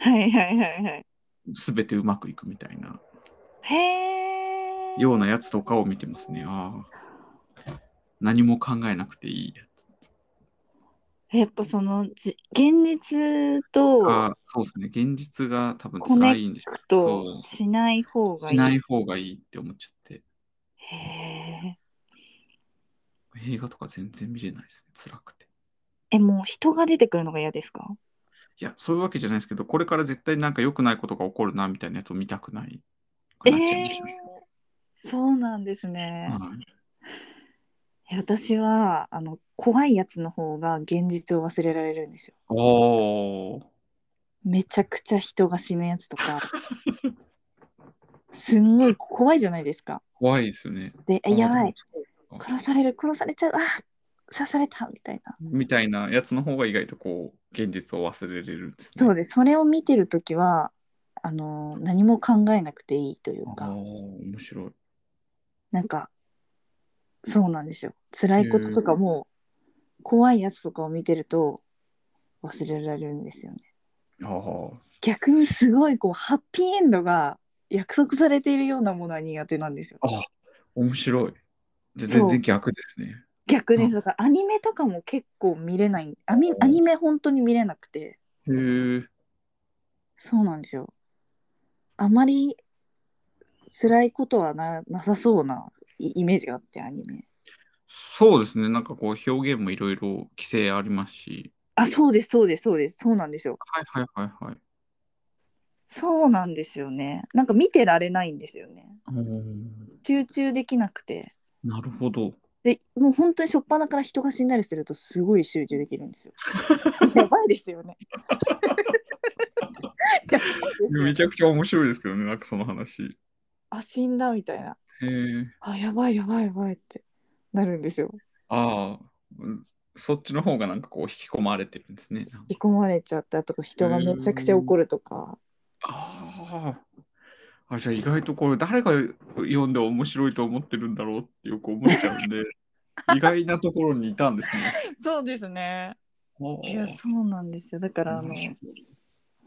はいはいはいはい。
すべてうまくいくみたいな
へえ。
ようなやつとかを見てますね。ああ。何も考えなくていいやつ。
やっぱそのじ現実と
あそうですね。現実が多分
コネ
辛いんで
ク
しょう
ト
そ
しない方
う
がい
し
い。
ない方がいいって思っちゃって。
へえ。
映画とか全然見れないですね。辛くて。
え、もう人が出てくるのが嫌ですか
いや、そういうわけじゃないですけど、これから絶対なんか良くないことが起こるなみたいなやつを見たくないく
え
なっちゃいましたね。
ーそうなんですね。
はい
え私はあの怖いやつの方が現実を忘れられるんですよ。
おー。
めちゃくちゃ人が死ぬやつと か。すんごい怖いじゃないですか。
怖いですよね。
で、
あ
えやばい。
そうか
殺される、殺されちゃう、あー刺されたみたいな。
みたいなやつの方が意外とこう、現実を忘れれるんですね。
そうです。それを見てるときは、あの何も考えなくていいという
ああ、
か、
面白い。
なんか、そうなんですよ。辛いこととかも、怖いやつとかを見てると忘れられるんですよね。
ああ、
逆にすごいこうハッピーエンドが約束されているようなものは苦手なんですよ。
あ、面白い。じゃあ
そう
全然逆ですね。
逆で
うん
すだからアニメとかも結構見れないアミ
おー
アニメ本当に見れなくて
へえ。
そうなんですよ。あまり辛いことはななさそうないイメージがあってアニメ。
そうですね。なんかこう表現もいろいろ規制ありますし。
あそうですそうですそうですそうなんですよ。
はいはいはいはい。
そうなんですよね。なんか見てられないんですよね。
おー
集中できなくて。
なるほど。
でもう本当に初っ端から人が死んだりするとすごい集中できるん ですよ。やばいですよ ね。やばいですよね
めちゃくちゃ面白いですけどね、なんかその話。
あ死んだみたいな。
へえ。
あやばいやばいやばいってなるんですよ。
ああ、うんそっちの方がなんかこう引き込まれてるんですね。
引き込まれちゃったとか人がめちゃくちゃ怒るとか。
ああ。あ、じゃあ意外とこれ誰が読んで面白いと思ってるんだろうってよく思っちゃうん で、意外なところにいたんですね。
そうですね。
おー
いやそうなんですよ。だからあの、
うん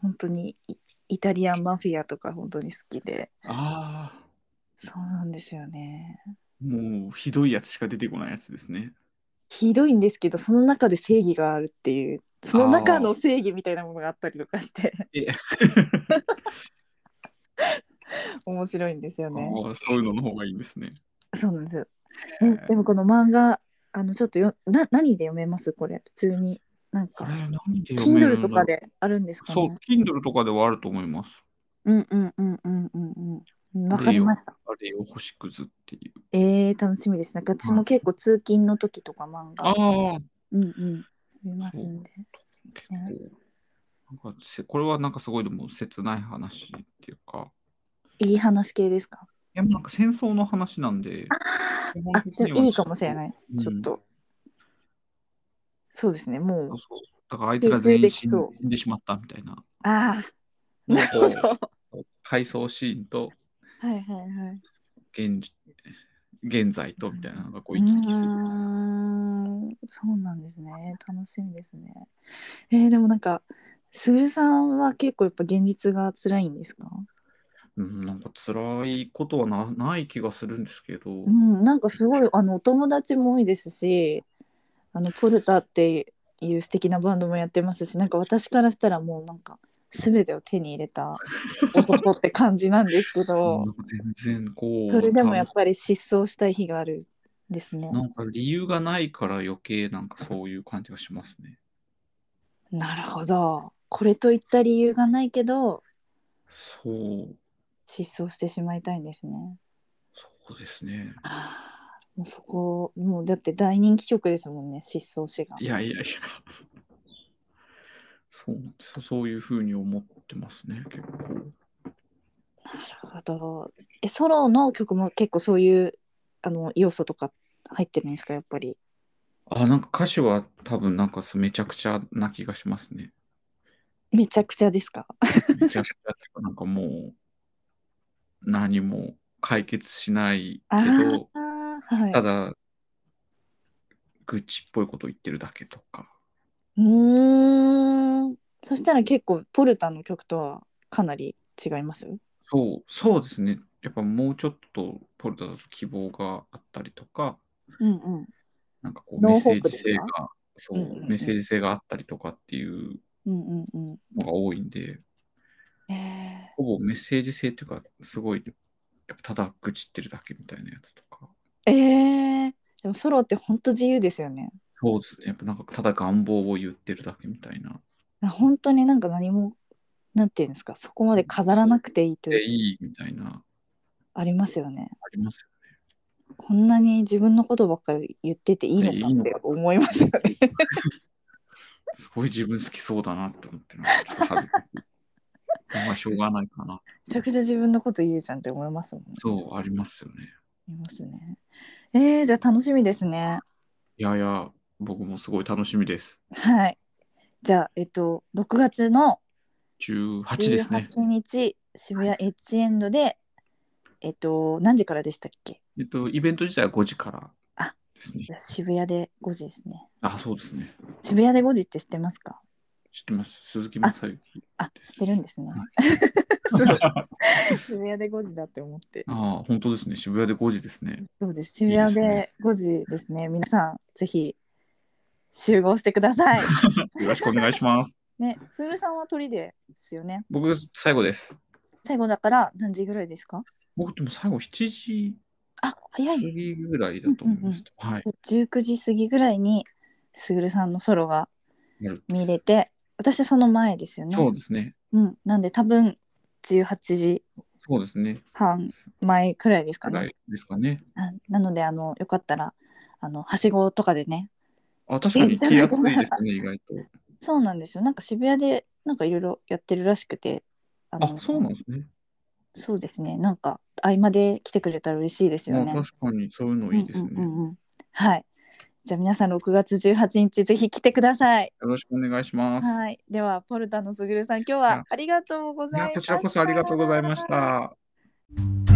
本当にイイタリアンマフィアとか本当に好きで。
ああ、
そうなんですよね。
もうひどいやつしか出てこないやつですね。
ひどいんですけどその中で正義があるっていうその中の正義みたいなものがあったりとかして面白いんですよね。
ああそういうのの方がいいんですね。
そうなんですよ。えでもこの漫画あのちょっとよな何で読めますこれ普通になん
こ
か
れ何で読
Kindle
めるんだろう
とかであるんですか
そう、
ね。
Kindle とかではあると思います。
うんうんうんうんうんうん。わかりました。
あれよ、星屑っていう。
えー、楽しみですね。私も結構通勤の時とか漫画、
ああ、
うんうん見ますんで。
結構。なんかせこれはなんかすごいでも切ない話っていうか、
いい話系ですか。
いやなんか戦争の話なんで、基本
あ
的
で
には
もいいかもしれない、
うん
ちょっとそうですねもう
そうそうだからあいつら全員死
集中でき
ん
そう
死んでしまったみ たいな。
ああなるほど
もう
は
こう回想シーンと
いはいはい
現現在とみたいなのがこ
う
う
ー
行き来する。
んそうなんですね楽しみですねえー、でもなんかすぐるさんは結構やっぱ現実が辛いんですか
うん、なんか辛いことはなない気がするんですけど、
うんなんかすごい あのお友達も多いですしあのポルタっていう素敵なバンドもやってますしなんか私からしたらもうなんか全てを手に入れた男って感じなんですけど
なんか全然こう、
それでもやっぱり失踪したい日があるんですね。
なんか理由がないから余計なんかそういう感じがしますね。
なるほど。これといった理由がないけど
そう、
失踪してしまいたいんですね。
そうですね。
あーもうそこもうだって大人気曲ですもんね失踪死が
い。やいやい や。そうなんですそういうふうに思ってますね、結構。
なるほど。えソロの曲も結構そういうあの要素とか入ってるんですかやっぱり。
あ、なんか歌詞は多分なんかめちゃくちゃな気がしますね。
めちゃくちゃですか。
めちゃくちゃっていうか、なんかもう何も解決しないけ
あ
ど、
あはい。
ただ、愚痴っぽいこと言ってるだけとか。
うーん。そしたら結構ポルタの曲とはかなり違います。
そう、そうですね。やっぱもうちょっとポルタだと希望があったりとか、
うんうん。
なんかこう
ノ
メ
ーホ
ッセ
ー
ー
プ
ジ
です
性
か
が、そう、
うんうんうん
メッセージ性があったりとかっていう
うんうんうん。
のが多いんで、
え
ほぼメッセージ性っていうか、すごい、やっぱただ愚痴ってるだけみたいなやつとか。
ー、えーでもソロって本当自由ですよね。
そうですね。やっぱなんかただ願望を言ってるだけみたいな。
本当になんか何もなんていうんですかそこまで飾らなくていいと
で、
いう
いいみたいな、
ありますよね。
あります
こんなに自分のことばっかり言ってていいの
いい
か
の
っ
か
て思いますよね。
よ。すごい自分好きそうだなって思って、なんかちょっと恥ずかしい。 まあしょうがないかな。
めちゃくちゃ自分のこと言うじゃんって思いますもんね。
そう、ありますよね。
いますね。えー、じゃあ楽しみですね。
いやいや、僕もすごい楽しみです。
はい。じゃあえっと6月の
18ですね。
18日、渋谷エッジエンドでえっと何時からでしたっけ？
えっと、イベント自体は5時から
あ
ですね
じ。ゃあ渋谷で5時ですね。
あ、そうですね。
渋谷で5時って知ってますか？
知ってます。鈴木雅之。
あ、知ってるんですね。
あ
渋谷で5時だって思って。
あ、本当ですね。渋谷で5時ですね。
そうです。渋谷で5時ですね。皆さん、ぜひ集合してください。
よろしくお願いします。
ね、すぐるさんは鳥ですよね。
僕、最後です。
最後だから何時ぐらいですか
僕、でも最後7時
あ、早
過
い。
ぎぐらいだと思います。はい。
19時過ぎぐらいにすぐるさんのソロが
なる
見れて、私はその前ですよね。
そうですね。
うん、なんで多分18時
そうですね。
半前くらいですか
ぐら
ね
い。ですかね。
あなのであのよかったらあのはしごとかでね
あ、確かに
来て
来
い
や
ただ
す
けなら
いですね、意外と。
そうなんですよなんか渋谷でなんかいろいろやってるらしくてあ
あ、そうなんですね。
そうですねなんか合間で来てくれたら嬉しいですよね
あ、確かにそういうのいいですね。
うんうんうんうんはいじゃあ皆さん6月18日ぜひ来てください
よろしくお願いします。
はいではポルタのすぐるさん今日
いや
はありがとうございま
いや
した
こちらこそありがとうございました。